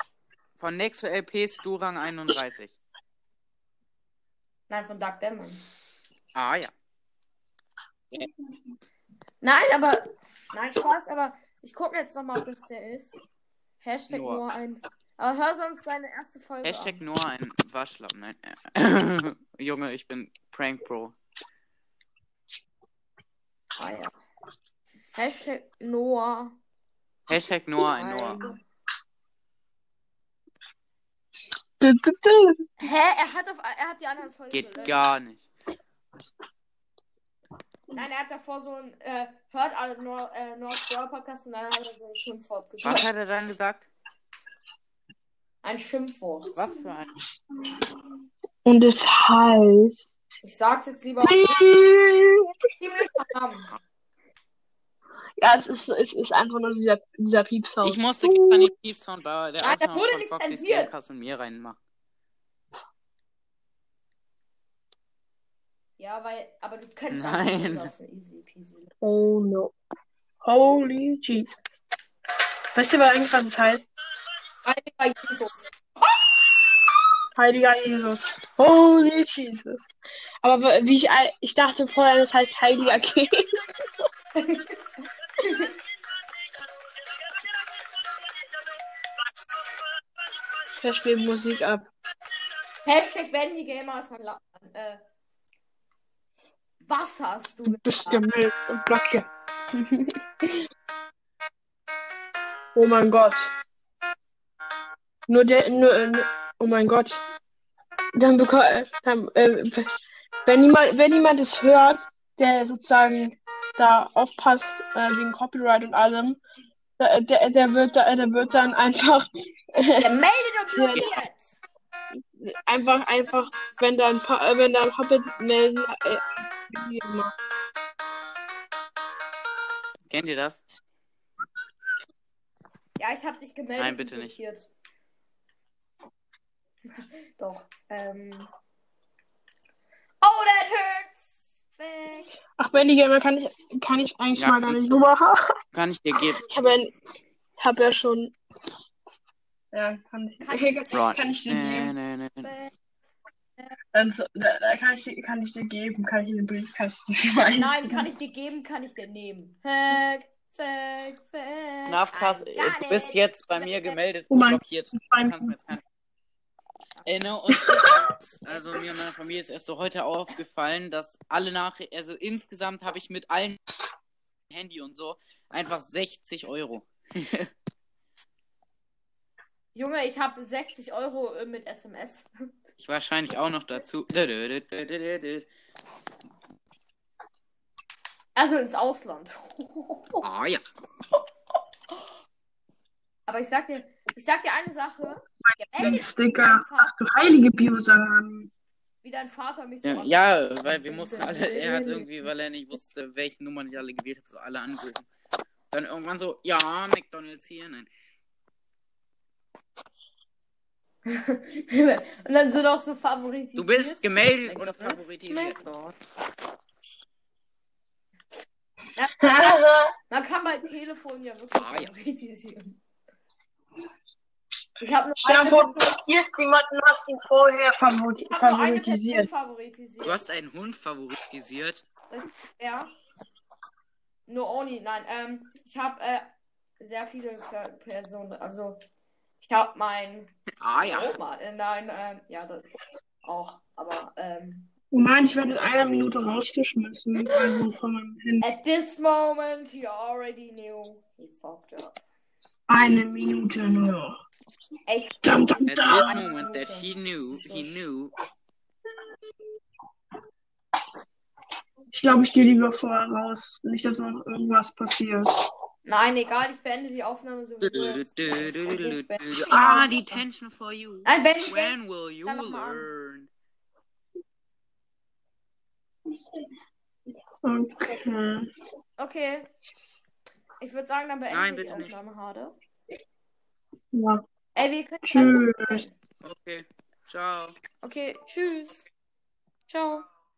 [SPEAKER 5] Von Nexo LP Sturang 31.
[SPEAKER 1] Nein, von Dark Demon.
[SPEAKER 5] Ah ja.
[SPEAKER 1] Nein, aber. Nein, Spaß, aber ich gucke jetzt nochmal, ob das der ist. Hashtag
[SPEAKER 5] Noah.
[SPEAKER 1] Noah ein. Aber hör sonst seine erste Folge.
[SPEAKER 5] Hashtag
[SPEAKER 1] an.
[SPEAKER 5] nur ein Waschlappen. Nein. *laughs* Junge, ich bin Prank Bro.
[SPEAKER 1] Ah, ja. Hashtag Noah.
[SPEAKER 5] Hashtag nur ein Noah.
[SPEAKER 4] du, du, du.
[SPEAKER 1] Hä? Er hat, auf, er hat die anderen Folgen
[SPEAKER 5] Geht
[SPEAKER 1] gelöscht.
[SPEAKER 5] gar nicht.
[SPEAKER 1] Nein, er hat davor so ein. Äh, hört alle Noah, äh, Noahs Brawl Podcast und dann hat er so ein Schimpfwort
[SPEAKER 5] Was
[SPEAKER 1] gesagt.
[SPEAKER 5] hat er dann gesagt?
[SPEAKER 1] Ein Schimpfwort.
[SPEAKER 5] Was für ein.
[SPEAKER 4] Und es heißt.
[SPEAKER 1] Ich sag's jetzt lieber ziemlich verdammt.
[SPEAKER 4] Ja, es ist, es ist einfach nur dieser, dieser
[SPEAKER 5] Ich
[SPEAKER 4] Piepsound.
[SPEAKER 5] musste gestern den Piepsound bei der
[SPEAKER 1] Ah, das
[SPEAKER 5] Aufnahme
[SPEAKER 1] wurde
[SPEAKER 5] von
[SPEAKER 1] nicht
[SPEAKER 5] Foxy
[SPEAKER 1] zensiert.
[SPEAKER 5] Stamkast und mir reinmachen.
[SPEAKER 1] Ja, weil. Aber du könntest
[SPEAKER 5] Nein.
[SPEAKER 1] einfach lassen. Easy peasy.
[SPEAKER 4] Oh no. Holy jeez. Weißt du, was eigentlich was es heißt?
[SPEAKER 1] Heiliger Jesus. *laughs*
[SPEAKER 4] Heiliger Jesus. Holy Jesus. Aber wie ich, ich dachte vorher, das heißt Heiliger Kind. Da spielt Musik ab.
[SPEAKER 1] Hashtag werden die Gamer ist ein La äh, Was hast du
[SPEAKER 4] Bist
[SPEAKER 1] gesagt?
[SPEAKER 4] gemeldet und blockiert. *laughs* oh mein Gott. Nur der, nur, äh, nur- oh mein Gott. Dann bekommt, dann, äh, wenn niemand, wenn niemand es hört, der sozusagen da aufpasst, äh, wegen Copyright und allem, der, der, der wird, da- der wird dann einfach, *laughs*
[SPEAKER 1] Der meldet und
[SPEAKER 4] Ja.
[SPEAKER 1] blockiert.
[SPEAKER 4] einfach, einfach, wenn da ein paar, äh, wenn da ein Hobbit melden, äh, wie immer.
[SPEAKER 5] Kennt ihr das?
[SPEAKER 1] Ja, ich hab dich gemeldet.
[SPEAKER 5] Nein,
[SPEAKER 1] und
[SPEAKER 5] bitte nicht.
[SPEAKER 1] blockiert. *laughs* Doch. Ähm. Oh, that hurts. Weg.
[SPEAKER 4] Ach, Benny Gamer, kann ich, kann ich eigentlich
[SPEAKER 5] Ja,
[SPEAKER 4] mal deine
[SPEAKER 5] kannst du.
[SPEAKER 4] Nummer haben?
[SPEAKER 5] Kann ich dir geben.
[SPEAKER 4] Ich habe ja, hab ja schon. Ja, kann ich,
[SPEAKER 1] Kann-
[SPEAKER 5] Ron. äh,
[SPEAKER 4] kann ich dir
[SPEAKER 5] Nee,
[SPEAKER 4] geben.
[SPEAKER 5] nee, nee, nee.
[SPEAKER 1] Weg.
[SPEAKER 4] Dann, so- da, da kann, ich, dir- kann ich dir geben, kann ich in den Briefkasten schmeißen.
[SPEAKER 1] Nein, kann ich dir geben, kann ich dir nehmen. Weg. Weg. Weg.
[SPEAKER 5] Nafkas,
[SPEAKER 1] I got
[SPEAKER 5] äh, du bist
[SPEAKER 1] it.
[SPEAKER 5] jetzt bei mir gemeldet
[SPEAKER 4] Oh
[SPEAKER 5] und
[SPEAKER 4] mein-
[SPEAKER 5] blockiert. Du
[SPEAKER 4] mein-
[SPEAKER 5] kannst mir jetzt Äh, keinen. Erinnere uns,
[SPEAKER 4] *laughs*
[SPEAKER 5] also mir und meiner Familie ist erst so heute aufgefallen, dass alle Nachrichten, also insgesamt habe ich mit allen Handy und so. Einfach 60 Euro.
[SPEAKER 1] Junge, ich habe 60 Euro äh, mit SMS.
[SPEAKER 5] Ich wahrscheinlich auch noch dazu. *laughs* Ah
[SPEAKER 1] Also ins Ausland. *laughs*
[SPEAKER 5] ja.
[SPEAKER 1] Aber ich sag dir, ich sag dir eine Sache.
[SPEAKER 4] Den
[SPEAKER 1] Ey,
[SPEAKER 4] Sticker. Ach du heilige Biosaran.
[SPEAKER 1] wie dein Vater mich so
[SPEAKER 5] ja.
[SPEAKER 1] an-
[SPEAKER 5] Ja, weil wir mussten alle, er hat irgendwie, weil er nicht wusste, welche Nummern ich alle gewählt habe, so alle angerufen. Dann irgendwann so, ja, McDonalds hier, nein.
[SPEAKER 1] *laughs* Und dann so noch so favorisiert.
[SPEAKER 5] Du bist gemeldet oder
[SPEAKER 1] McDonald's?
[SPEAKER 5] favoritisiert.
[SPEAKER 1] Man kann mein Telefon ja wirklich
[SPEAKER 5] Ah, ja.
[SPEAKER 1] favorisieren. Ich habe nur
[SPEAKER 4] Stell dir
[SPEAKER 1] eine,
[SPEAKER 4] vor, du blockierst jemanden, hast ihn vorher
[SPEAKER 1] ich
[SPEAKER 4] favori-
[SPEAKER 1] hab nur eine Person
[SPEAKER 4] favoritisiert.
[SPEAKER 1] favorisiert.
[SPEAKER 5] Du hast einen Hund favoritisiert.
[SPEAKER 1] Ja. Nur Oni, nein. Ähm, ich habe äh, sehr viele Ver- Personen. Also, ich habe mein
[SPEAKER 5] Ah ja.
[SPEAKER 1] Oma. Äh, nein, ähm, ja, das auch. Aber, ähm,
[SPEAKER 4] Oh nein, ich werde in einer Minute rausgeschmissen. Also von meinem Handy.
[SPEAKER 1] at this moment, you already knew he fucked up.
[SPEAKER 4] Eine Minute nur.
[SPEAKER 1] Echt?
[SPEAKER 4] Dum, dum,
[SPEAKER 5] At
[SPEAKER 4] dum.
[SPEAKER 5] this moment that he knew, he knew.
[SPEAKER 4] Ich glaube, ich gehe lieber vorher raus. Nicht, dass noch irgendwas passiert.
[SPEAKER 1] Nein, egal, ich beende die Aufnahme
[SPEAKER 5] Äh,
[SPEAKER 1] sowieso. jetzt.
[SPEAKER 5] Ah, die Tension for you.
[SPEAKER 1] Nein, beende Äh, ich jetzt.
[SPEAKER 5] When will you
[SPEAKER 1] Dann mach mal an.
[SPEAKER 5] learn?
[SPEAKER 4] Okay.
[SPEAKER 1] Okay. Ich würde sagen, dann beende
[SPEAKER 5] Nein,
[SPEAKER 1] ich die
[SPEAKER 5] bitte nicht.
[SPEAKER 1] Aufnahme, Hade.
[SPEAKER 4] Ja.
[SPEAKER 1] Ey, wir können.
[SPEAKER 4] Tschüss.
[SPEAKER 5] Okay, ciao.
[SPEAKER 1] Okay, tschüss. Ciao.